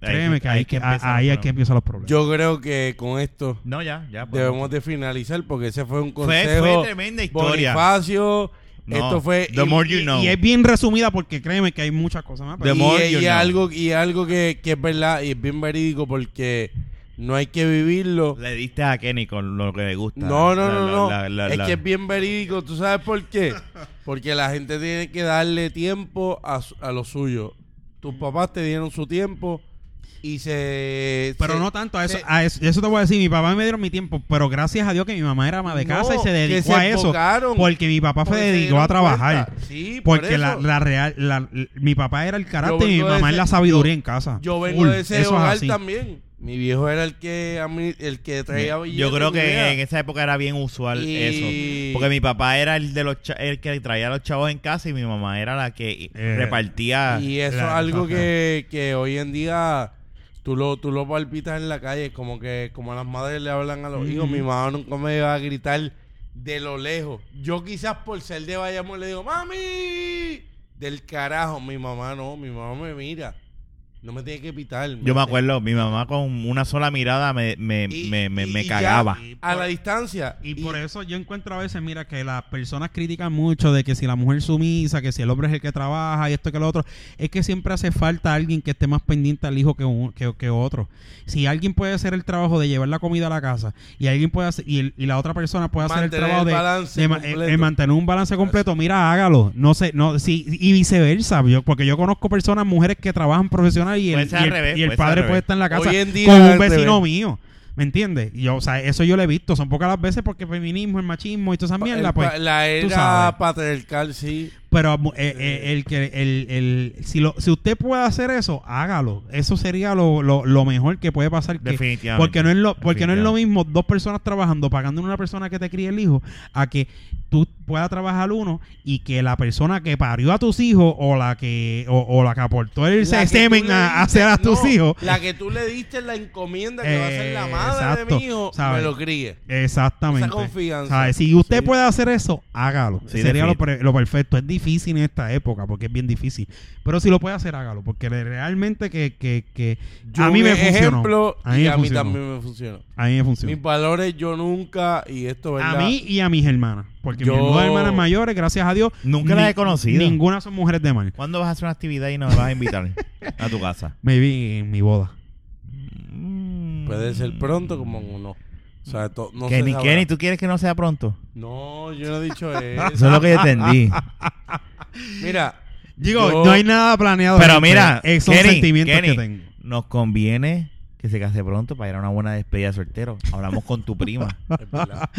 créeme que ahí es que, ah,
empiezan
ahí
los
es que
problemas.
empiezan los problemas.
Yo creo que con esto
No, ya, ya. pues.
debemos de finalizar porque ese fue un
fue,
consejo.
fue tremenda historia.
Bonifacio,
No,
esto fue
The
y-
more you know.
y es bien resumida porque créeme que hay muchas cosas más. pero-
The
y,
more you
y
know.
algo y algo que, que es verdad y es bien verídico porque no hay que vivirlo.
Le diste a Kenny con lo que le gusta.
No, no,
La-
no,
la-
no.
la- la-
es
la-
que es bien verídico. ¿Tú sabes por qué? Porque la gente tiene que darle tiempo a, su- a lo suyo. Tus papás te dieron su tiempo y se...
Pero
se-
no tanto a eso,
se-
a eso. Eso te voy a decir. Mi papá me dieron mi tiempo, pero gracias a Dios que mi mamá era ama de casa
No,
y se
que
dedicó
se
a eso.
enfocaron.
Porque mi papá
Porque
se
se
dedicó
dieron
a trabajar.
cuenta. Sí, por
porque la,
eso.
la real, la- l- mi papá era el carácter y mi
vengo de
mamá es
ese-
la sabiduría
yo-
en casa.
Yo vengo
Full.
de ese
Eso es
hogar
así.
también. Mi viejo era el que a mí- el que traía
Yo
billetes,
creo
mi vida.
que en esa época era bien usual
Y-
eso. Porque mi papá era el de los cha- el que traía a los chavos en casa y mi mamá era la que
Eh,
repartía.
Y eso es
la-
algo
ajá.
que, que hoy en día tú lo, tú lo palpitas en la calle, como que como las madres le hablan a los hijos. Mi mamá nunca me iba a gritar de lo lejos. Yo quizás por ser de Bayamón le digo, ¡Mami! Del carajo. Mi mamá no, mi mamá me mira. No me tiene que pitar.
Yo me acuerdo, mi mamá con una sola mirada me, me,
Y-
me, me,
y-
me
y ya,
cagaba.
a la distancia.
Y por eso yo encuentro a veces, mira, que las personas critican mucho de que si la mujer es sumisa, que si el hombre es el que trabaja y esto que lo otro, es que siempre hace falta alguien que esté más pendiente al hijo que, un- que, que otro. Si alguien puede hacer el trabajo de llevar la comida a la casa y alguien puede hacer, y, el- y la otra persona puede hacer
Mantener
el trabajo
el
de-
balance
de, ma-
completo.
eh, eh, mantener un balance completo, mira, hágalo. No sé, no, sí, y viceversa, yo, porque yo conozco personas, mujeres que trabajan profesional y
Puede
el,
ser al
y el-
revés,
y el
puede ser al
padre
revés.
puede estar en la casa
Hoy en día
con
es
un
al
vecino
revés.
mío. ¿Me entiendes? Y Yo, o sea, eso yo lo he visto. Son pocas las veces porque el feminismo, el machismo y toda esa
El
mierda,
pa-
pues.
la
tú
era
sabes.
patriarcal, sí.
Pero eh, eh, el que el, el- si lo, si usted puede hacer eso, hágalo. Eso sería lo, lo, lo mejor que puede pasar. que-
Definitivamente.
porque no es lo porque no es lo
Definitivamente.
mismo dos personas trabajando pagando a una persona que te críe el hijo a que tú puedas trabajar uno y que la persona que parió a tus hijos o la que o, o la que aportó el
La que tú
semen
le
a, a
diste-
hacer a tus
no,
hijos
La que tú le diste la encomienda que va a ser la
Eh,
madre de
exacto,
mi hijo,
¿sabes?
me lo críe.
Exactamente.
Esa confianza.
¿Sabes? Si usted
Sí.
puede hacer eso, hágalo.
Sí,
Sería lo,
definit-
pre- lo perfecto. Es difícil en esta época porque es bien difícil. Pero si lo puede hacer, hágalo. Porque le- realmente que, que, que
Yo
a mí
un
me funcionó.
ejemplo
a mí
y
me
a mí
funcionó.
también me funcionó.
A mí me funcionó.
Mis valores yo nunca, y esto verdad.
A mí y a mis hermanas. Porque
Yo-
mis dos hermanas mayores, gracias a Dios.
Nunca las he conocido.
Ninguna son mujeres de mal.
¿Cuándo vas a hacer una actividad y nos vas a invitar a tu casa?
Me vi en mi boda.
Mm.
Puede ser pronto como no. O sea, to- no se
Kenny,
sabrá.
Kenny, ¿tú quieres que no sea pronto?
No, yo no he dicho
Eso
eso.
es lo que yo entendí.
Mira,
Digo,
Yo-
no hay nada planeado.
Pero
gente.
mira,
Eh, son
Kenny,
sentimientos
Kenny,
que tengo.
Nos conviene que se case pronto para ir a una buena despedida de soltero. Hablamos con tu prima.
es verdad,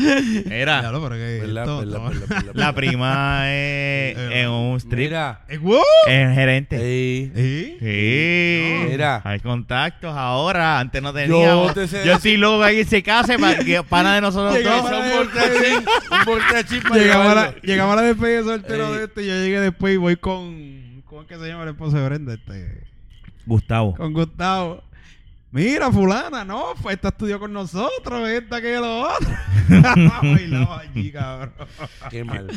Era.
Diablo, pero que
verdad,
esto-
verdad,
no.
verdad, verdad,
La
verdad.
prima es en un strip.
Mira,
Eh, wow.
En gerente.
sí.
¿Eh?
Sí.
No, mira.
Hay contactos ahora. Antes no teníamos.
te sé
Yo estoy loco ahí se case para que pana de nosotros
Llega
dos.
Eso, un portachín, un portachín para
Llegaba Pues, a la,
llevarlo.
llegaba a la despedida de soltero
Ey.
de este y yo llegué después y voy con. ¿Cómo es que se llama el esposo de Brenda? Este,
Gustavo.
con Gustavo. Mira, fulana, no, pues esta estudió con nosotros, esta que lo otro. Bailaba allí, cabrón.
Qué mal.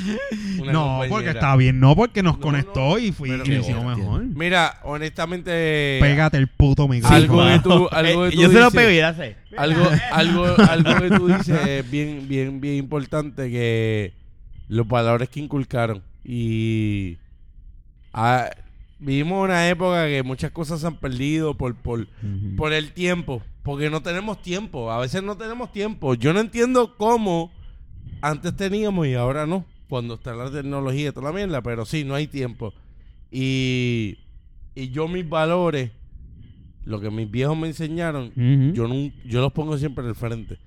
Una
No,
compañera.
porque está bien, no, porque nos
No,
conectó
no,
y fui
pero
y lo
qué
hicimos
bueno,
mejor.
Mira, honestamente.
Pégate el puto micrófono.
Algo
Wow.
que tú- algo que
Eh,
tú
Yo se lo
dices.
pego y ya sé.
Algo, algo, algo que tú dices es bien, bien, bien importante que los valores que inculcaron y ah, Vivimos una época que muchas cosas se han perdido por, por,
Ujú.
por el tiempo. Porque no tenemos tiempo. A veces no tenemos tiempo. Yo no entiendo cómo antes teníamos y ahora no. Cuando está la tecnología y toda la mierda. Pero sí, no hay tiempo. Y, y yo mis valores, lo que mis viejos me enseñaron,
Ujú.
yo, nun- yo los pongo siempre en el frente.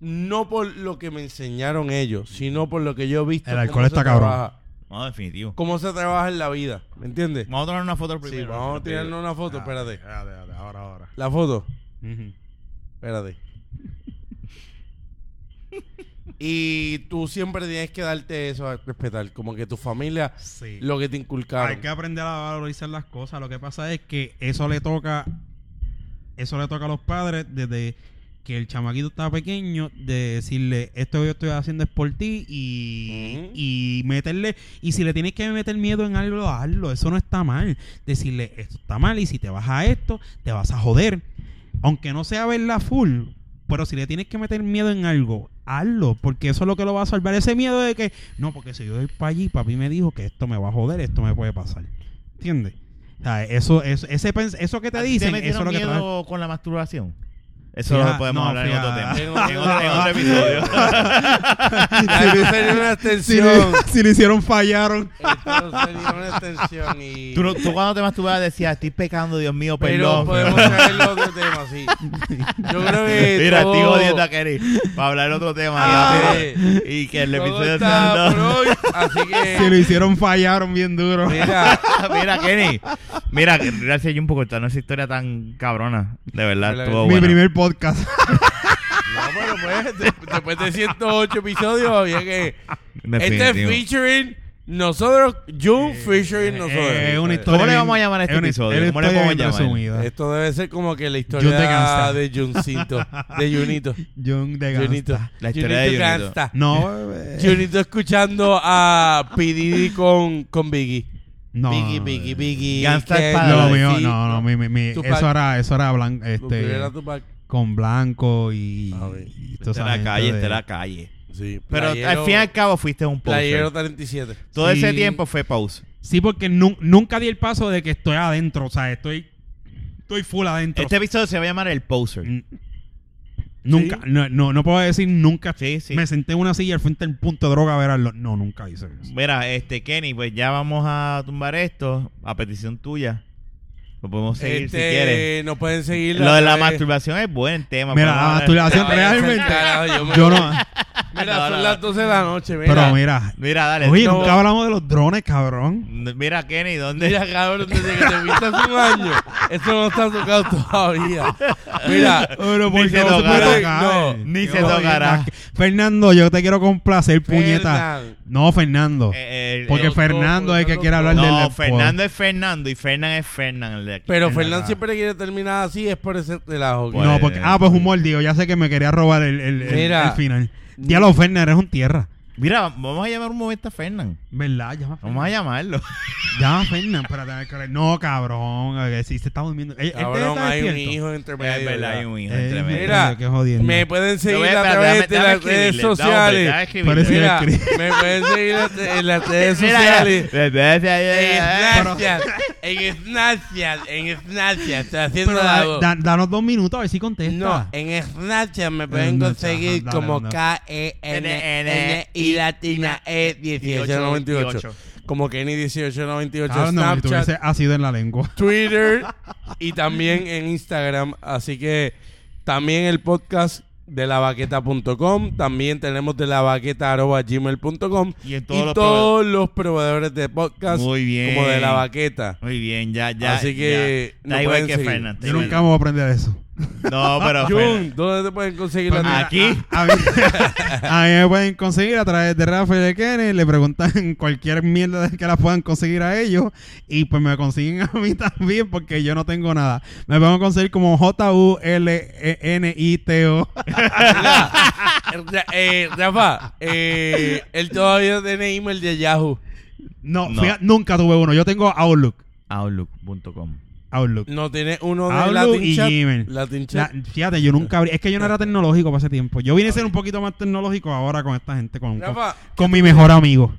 No por lo que me enseñaron ellos, sino por lo que yo he visto.
El
cómo
alcohol
se
está cabrón.
trabaja-
No, definitivo.
cómo se trabaja en la vida, ¿me entiendes?
Vamos a tomar una foto
Sí,
primero.
vamos a tirarnos una foto,
Ah,
espérate.
espérate, espérate, ahora, ahora.
La foto,
Ujú.
espérate. Y tú siempre tienes que darte eso a respetar, como que tu familia,
Sí.
lo que te
Hay
inculcaron.
que aprender a valorizar las cosas. Lo que pasa es que eso le toca, eso le toca a los padres desde que el chamaquito estaba pequeño, de decirle esto que yo estoy haciendo es por ti y,
Ujú.
y meterle, y si le tienes que meter miedo en algo, hazlo, eso no está mal. Decirle esto está mal y si te vas a esto, te vas a joder. Aunque no sea verla full, pero si le tienes que meter miedo en algo, hazlo, porque eso es lo que lo va a salvar. Ese miedo de que, no, porque si yo voy para allí, papi me dijo que esto me va a joder, esto me puede pasar. ¿Entiendes? O sea, eso, eso, ese, pens- eso que te
¿A ti
dicen, eso es
metieron
lo que te va-
miedo con la masturbación? Eso
Fija-
lo podemos
no,
hablar en otro tema.
fija-
En otro, en otro episodio.
Eso sería una
si,
extensión.
le, si le hicieron, fallaron.
Esto sería una extensión y...
tú, no- tú cuando te masturbabas decías, estoy pecando, Dios mío,
Pero
perdón.
podemos traer otro tema, sí. Yo creo que
Mira,
todo-
estoy jodiendo a Kerry para hablar otro tema.
Ah.
y, y que el
todo
episodio
está
está...
por hoy, así
Si lo
que...
hicieron, fallaron bien duro.
Mira,
mira, Kenny. Mira, que- gracias Jun por contarnos esa historia tan cabrona. De verdad,
Mira,
estuvo
Mi
buena.
primer podcast.
no, pero pues, de- después de 108 episodios había que... Este es
Definitivo.
featuring nosotros, Jun featuring nosotros.
Eh, una historia
¿Cómo le
bien-
vamos a llamar a este
es una-
episodio?
es una
¿Cómo le
historia
podemos
bien
llamar?
resumida.
Esto debe ser como que la
Jun de
historia
Gangsta.
de Juncito, de Junito.
John de Gangsta.
Junito.
La historia de
Junito
Junito.
Gangsta.
No, eh,
Junito escuchando a P. Diddy con, con Biggie.
no.
Biggie, Biggie, Biggie.
Gangsta
¿qué
es
No, lo
padre.
mío,
decir?
no, no, mi, mi, mi-
Tupac.
eso era, eso era blan-
Lo que
este,
era Tupac.
con blanco y,
A ver.
y
Esta
toda esa
es la
gente
calle,
de-
esta es la calle.
Sí,
Pero al fin y al cabo fuiste un
Playero
poser.
37.
Todo
Sí.
ese tiempo fue pause.
Sí, porque nu- nunca di el paso de que estoy adentro, o sea, estoy, estoy full adentro.
Este episodio se va a llamar El Poser.
N- Nunca,
Sí.
no, no, no puedo decir nunca.
Sí, sí.
Me senté en una silla al frente del punto de droga a ver a lo- No, nunca hice eso.
Mira, este Kenny, pues ya vamos a tumbar esto a petición tuya. Lo podemos seguir
Este,
si quieres.
Nos pueden seguir.
Lo de la
eh,
masturbación es buen tema.
Mira, ah,
podemos
la
hablar-
masturbación
vaya,
realmente.
carajo, yo me-
Yo no.
Mira,
No,
son
no,
las
no.
12 de la noche. Mira,
Pero mira.
Mira, dale.
Oye,
no.
nunca hablamos de los drones, cabrón.
Mira, Kenny, ¿dónde?
Mira, cabrón, desde que te fuiste hace un año, esto no está tocado todavía. Mira,
Pero
Ni se
no se
tocará.
puede tocar?
No,
ni
Yo
se
voy a-
tocará.
Fernando, yo te quiero complacer, puñeta.
Fernan,
No, Fernando.
Eh, eh,
porque
eh,
los dos,
Fernando es
porque
que
los
quiere
dos.
hablar del
no,
del-
Fernando es Fernando y Fernan es Fernan. el de aquí.
Pero
Es
Fernán
verdad.
siempre quiere terminar así, es por ese relajo. que-
Bueno.
No, porque. Ah, pues un mordido. Ya sé que me quería robar el, el, el-
Mira.
el final. Ya lo Fernan, eres un tierra.
Mira, vamos a llamar un momento a Fernan.
¿Verdad? Llama a Fernan.
Vamos a llamarlo.
Llama a Fernan. Espérate, a ver, cabrón. No, cabrón. a ver, Si se está durmiendo. Él- él
este
Cabrón,
está
hay un
despierto.
hijo entre medio.
Pues, Es verdad,
ya.
hay un hijo
Eh,
entre medio.
mira,
Mira,
Qué jodiendo.
me pueden
Lo
seguir
voy
a
espérate,
través de
déjame-
las
déjame
redes
escribirle. No, hombre,
sociales.
déjame escribirle.
Parece-
Mira,
Déjame
me pueden seguir a tra- en las redes
Mira, mira.
sociales.
Desde hace ayer, eh.
En Snapchat, en Snapchat, en Snapchat, estoy haciendo
Pero
la
da-
voz.
da- danos dos minutos a ver si contesta.
No, eh, en Snapchat me pueden
Snapchat,
conseguir
ajá, dale,
como E
anda.
N,
K-E-N-N y latina E 1898. Como Kenny 1898
Ah, no, si
Snapchat,
tuviese ácido en la lengua.
Twitter y también en Instagram. Así que también el podcast de lavaqueta.com. También tenemos de lavaqueta.gmail.com.
Y en todos los
todos los proveedores de podcast.
Muy bien.
Como de la vaqueta.
Muy bien, ya, ya.
Así que
ya.
no
Da igual
pueden
que
seguir.
Fernan.
Yo nunca me voy a aprender eso.
No, pero. Fernan.
Jun, ¿dónde te pueden conseguir
Pues mira,
la
Aquí.
A, a mí, a mí me pueden conseguir a través de Rafael de Kenny. Le preguntan cualquier mierda que la puedan conseguir a ellos. Y pues me consiguen a mí también porque yo no tengo nada. Me pueden conseguir como E J-U-L-E-N-I-T-O.
Ra- eh, Rafa, eh, él todavía tiene email de Yahoo.
No,
No.
fíjate, nunca tuve uno. Yo tengo Outlook.
Outlook.com.
Outlook.
No tiene uno de
Outlook
Latin
y
Chat.
Gmail.
Latin Chat.
La- fíjate, yo nunca abrí. Es que yo no era tecnológico para ese tiempo. Yo vine a ser un poquito más tecnológico ahora con esta gente, con, con,
Rafa,
con mi mejor amigo.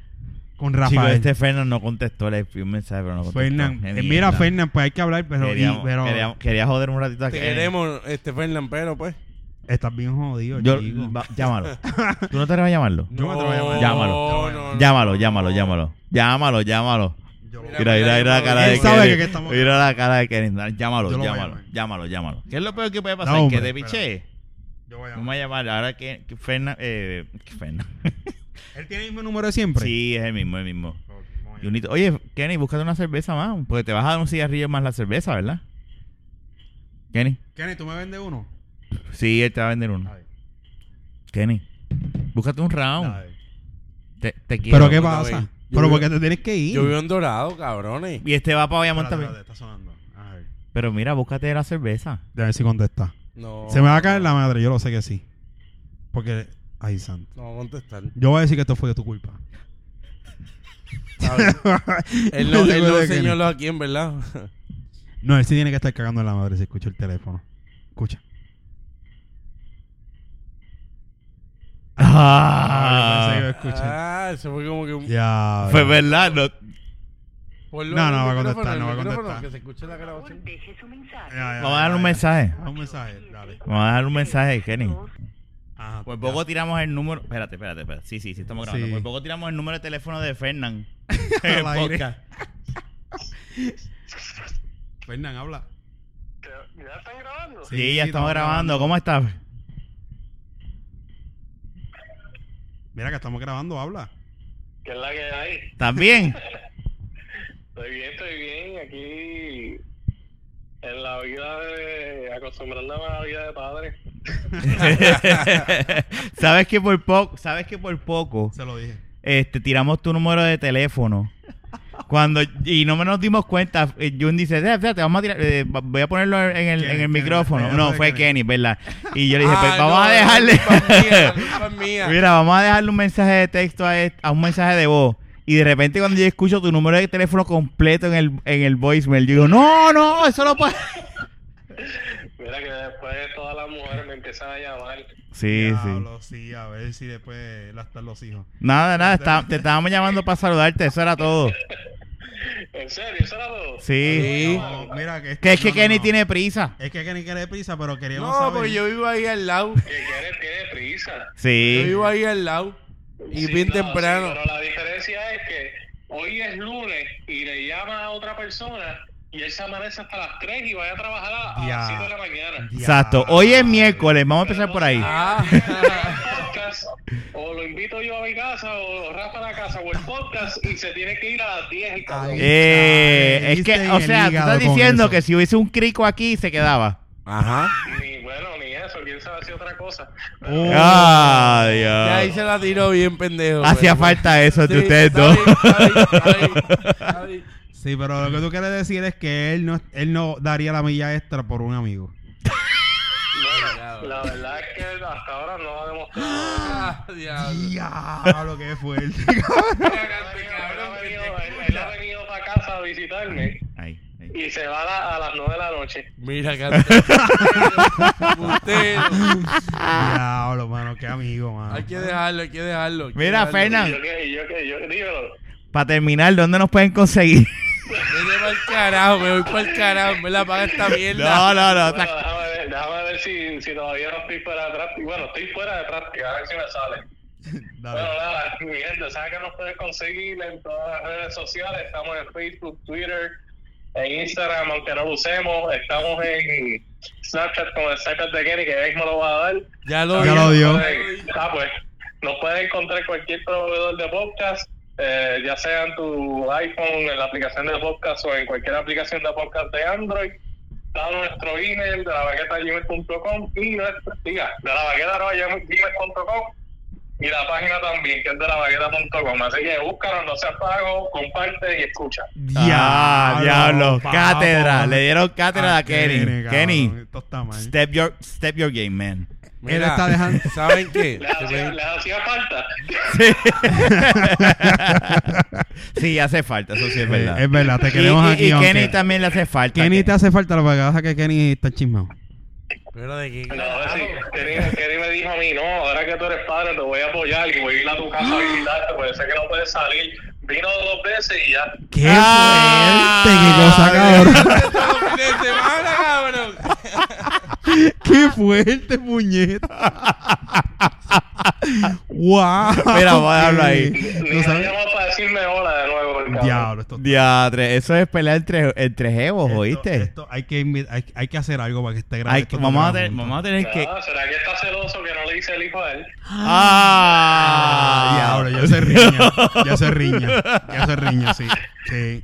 Con con
Chico,
Rafael.
este Fernan no contestó, le envié un mensaje, pero no contestó.
Fernan,
Qué
eh,
mierda.
mira, Fernan, pues hay que hablar, pero, y-
Queríamos-
pero
queríamos- quería joder un ratito aquí.
Te queremos, este Fernan, pero pues.
estás bien jodido,
Yo-
chico.
va- llámalo. ¿Tú no te atreves a llamarlo?
Yo me atrevo a llamar.
No,
Llámalo.
no, no,
Llámalo,
no.
llámalo, llámalo. Llámalo, llámalo.
Yo-
Mira,
Mira, mira, mira la cara de
Él sabe
Kenneth.
que estamos-
Mira la cara de Kenneth. Llámalo,
Yo lo voy a
llámalo,
llamar.
llámalo, llámalo. ¿Qué es lo peor que puede pasar?
No, hombre,
que te
espera.
piche.
yo voy a
Vamos a llamar ahora que, que Fernan... Eh, que Fernan.
Él tiene el mismo número de siempre.
sí, es el mismo, el mismo.
Ok, vamos
Y
allá.
un hito- Oye, Kenny, búscate una cerveza más, porque te vas a dar un cigarrillo más la cerveza, ¿verdad? Kenny.
Kenny, ¿tú me vendes uno?
Sí, él te va a vender uno.
A ver,
Kenny, búscate un
a
round.
ver.
Te, te quiero.
¿Pero qué
puta,
pasa?
güey. Yo
¿Pero
vivo-
por qué te tienes que ir?
Yo vivo en Dorado, cabrones.
Y este va para Bayamón
Espérate,
también.
espérate, está sonando. A ver.
Pero mira, búscate la cerveza.
De ver si contesta.
No.
Oh.
Se me va a caer la madre, yo lo sé que sí. Porque, ay, santo.
No va a contestar.
Yo voy a decir que esto fue de tu culpa.
A ver. él no,
Yo
él
creo
no
que no.
señaló a quién, ¿verdad?
No, él sí tiene que estar cagando en la madre si escucha el teléfono. Escucha.
Ah,
Ah, yo pensé que iba a escuchar.
Ah, eso fue como que un...
Ya.
fue Ah,
bro.
pues verdad. no-
Ponlo
No,
en el
no va a
micrófono,
contestar,
en
no
el
va a
micrófono,
contestar.
Que se escuche la grabación.
Deje su mensaje.
Ya, ya,
Vamos a dar
ya,
un
ya.
mensaje.
Haz un mensaje, dale.
Vamos a dar un mensaje, Kenny.
Ajá.
Pues
Por poco tiramos el número. Espérate, espérate, espérate. Sí, sí, sí, estamos grabando.
Sí.
Por poco tiramos el número de teléfono de Fernán.
Al aire. Fernán, habla.
¿Ya están grabando?
Sí, ya estamos grabando. ¿Cómo estás?
Mira que estamos grabando, habla.
¿Qué es la que hay?
¿Estás bien?
Estoy bien, estoy bien. Aquí en la vida de... acostumbrándome a la vida de padre.
sabes que por poco, sabes que por poco,
Se lo dije.
este, tiramos tu número de teléfono. Cuando y no nos dimos cuenta, eh, Jun dice, "Eh, espérate, vamos a tirar, eh, va- voy a ponerlo en el, en el
Kenny,
micrófono.
Kenny,
no,
fue
fue Kenny,
Kenny.
¿verdad? Y yo le dije,
Ah,
pues vamos
no,
a
la
dejarle.
culpa es mía, la culpa es mía.
Mira, vamos a dejarle un mensaje de texto a, este- a un mensaje de voz. Y de repente cuando yo escucho tu número de teléfono completo en el, en el voicemail, yo digo, no, no, eso no puede.
Mira que después todas las mujeres me empiezan a llamar.
Sí, sí.
Diablo, sí, a ver si después la están los hijos.
Nada, nada, está- te estábamos llamando para saludarte, eso era todo.
¿En serio? ¿Eso era todo?
Sí.
Sí.
No, mira que... este-
Que es que
no, no,
Kenny
no.
tiene prisa.
Es que Kenny quiere prisa, pero queríamos
No,
saber...
porque yo vivo ahí al lado.
Que quieres, tiene prisa.
Yo
Sí.
vivo ahí al lado. Y
Sí,
bien
no,
temprano.
sí, pero la diferencia es que hoy es lunes y le llama a otra persona y él se amanece hasta las 3 y vaya a trabajar a, a
Ya.
las 5 de la mañana.
Exacto. Hoy es miércoles, vamos a empezar por ahí.
Ah.
podcast, o lo invito yo a mi casa, o Rafa a la casa, o el podcast, y se tiene que ir a las 10 el cabrón.
Ay.
Eh,
Ay,
es que,
viste
o
el
sea, tú
hígado
estás
con
diciendo
eso.
que si hubiese un crico aquí se quedaba.
Ajá.
Ni bueno, ni eso, quién sabe si otra cosa.
Oh.
Ah. Ay, ay.
Ya ahí se la tiró bien pendejo.
Ah. Hacía
pero-
falta eso
Sí,
entre ustedes
está
dos.
bien, está bien, está bien, está
Sí, pero lo que tú quieres decir es que él no, él no daría la milla extra por un amigo.
Bueno, la verdad es que hasta ahora no ha demostrado.
bien. Ah, diablo.
Diablo, qué fuerte.
Él ha venido- él- él ha venido para casa a visitarme
Ay, ay.
y se va a, la- a las 9 de la noche.
Mira, canta. Putero.
Diablo, mano, qué amigo, mano.
Hay que dejarlo, hay que dejarlo. hay que
Mira,
dejarlo.
Fernan.
Y yo que, y yo que, yo dímelo.
Para terminar, ¿dónde nos pueden conseguir?
Vete para el carajo, me voy para el carajo. Me la paga esta mierda.
No, no, no.
Bueno, déjame ver, déjame ver si, si todavía no estoy fuera de práctica. Bueno, estoy fuera de práctica, a ver si me sale. Bueno,
Dale.
nada, mierda, sabes que nos puedes conseguir en todas las redes sociales. Estamos en Facebook, Twitter, en Instagram, aunque no lo usemos. Estamos en Snapchat con el Snapchat de Kenny, que Ex me lo va a dar.
Ya lo
Ya
vi.
lo dio.
Pueden- Ah, pues, nos puedes encontrar cualquier proveedor de podcast, eh, ya sea en tu iPhone, en la aplicación de podcast o en cualquier aplicación de podcast de Android. Da nuestro email de la baqueta gmail.com y nuestra, diga, de la baqueta arroba gmail.com y la página también, que es de la baqueta.com. Así que búscanos, no seas pago, comparte y escucha.
Ah,
Ya, diablo. Ah,
papo.
Cátedra. Le dieron cátedra a Kenny.
Ah, cabrón,
Kenny,
Esto está mal.
step your, step your game, man.
Él está dejando-
¿Saben qué?
¿Les hacía, les hacía falta?
Sí, hace falta, eso sí es
Eh,
verdad.
es verdad, te
Y-
queremos
y,
aquí.
y
aunque-
Kenny también le hace falta.
Kenny te hace falta lo que pasa es que Kenny está chismado.
Pero de qué.
No, a ver si Kenny, Kenny pues, me dijo a mí, no, ahora que tú eres padre te voy a apoyar y voy a ir a tu casa a visitarte, porque sé que no puedes salir. Vino dos veces y ya.
¡Qué
Ah,
fuerte! ¡Qué cosa, cabrón!
de semana, cabrón.
¡Qué fuerte, puñeta! ¡Wow!
Mira, vamos a dejarlo ahí.
Ni
No
me
sabes-
llamó para decirme hola de nuevo. el cabrón.
Diablo, esto
Diatre, eso es pelear entre, entre jevos,
esto-
¿oíste?
esto- hay, que, invi- hay, hay que hacer algo para que esté grave.
Hay que-
esto
vamos, a
no
tener,
junto.
vamos a tener que...
Ah, ¿Será que está celoso que no le hice el hijo a él?
¡Ah!
Diablo, ya se riña. Ya se riña. Ya se riña, sí. sí.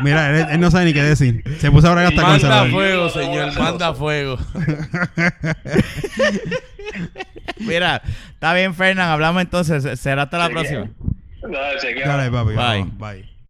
Mira, él, él no sabe ni qué decir. Se puso ahora hasta con el
Manda
celular.
fuego, señor. Manda fuego.
Mira, está bien, Fernan. Hablamos entonces. Será hasta la
Sí,
próxima.
No, chequea.
Dale, papi.
Bye.
vamos, bye.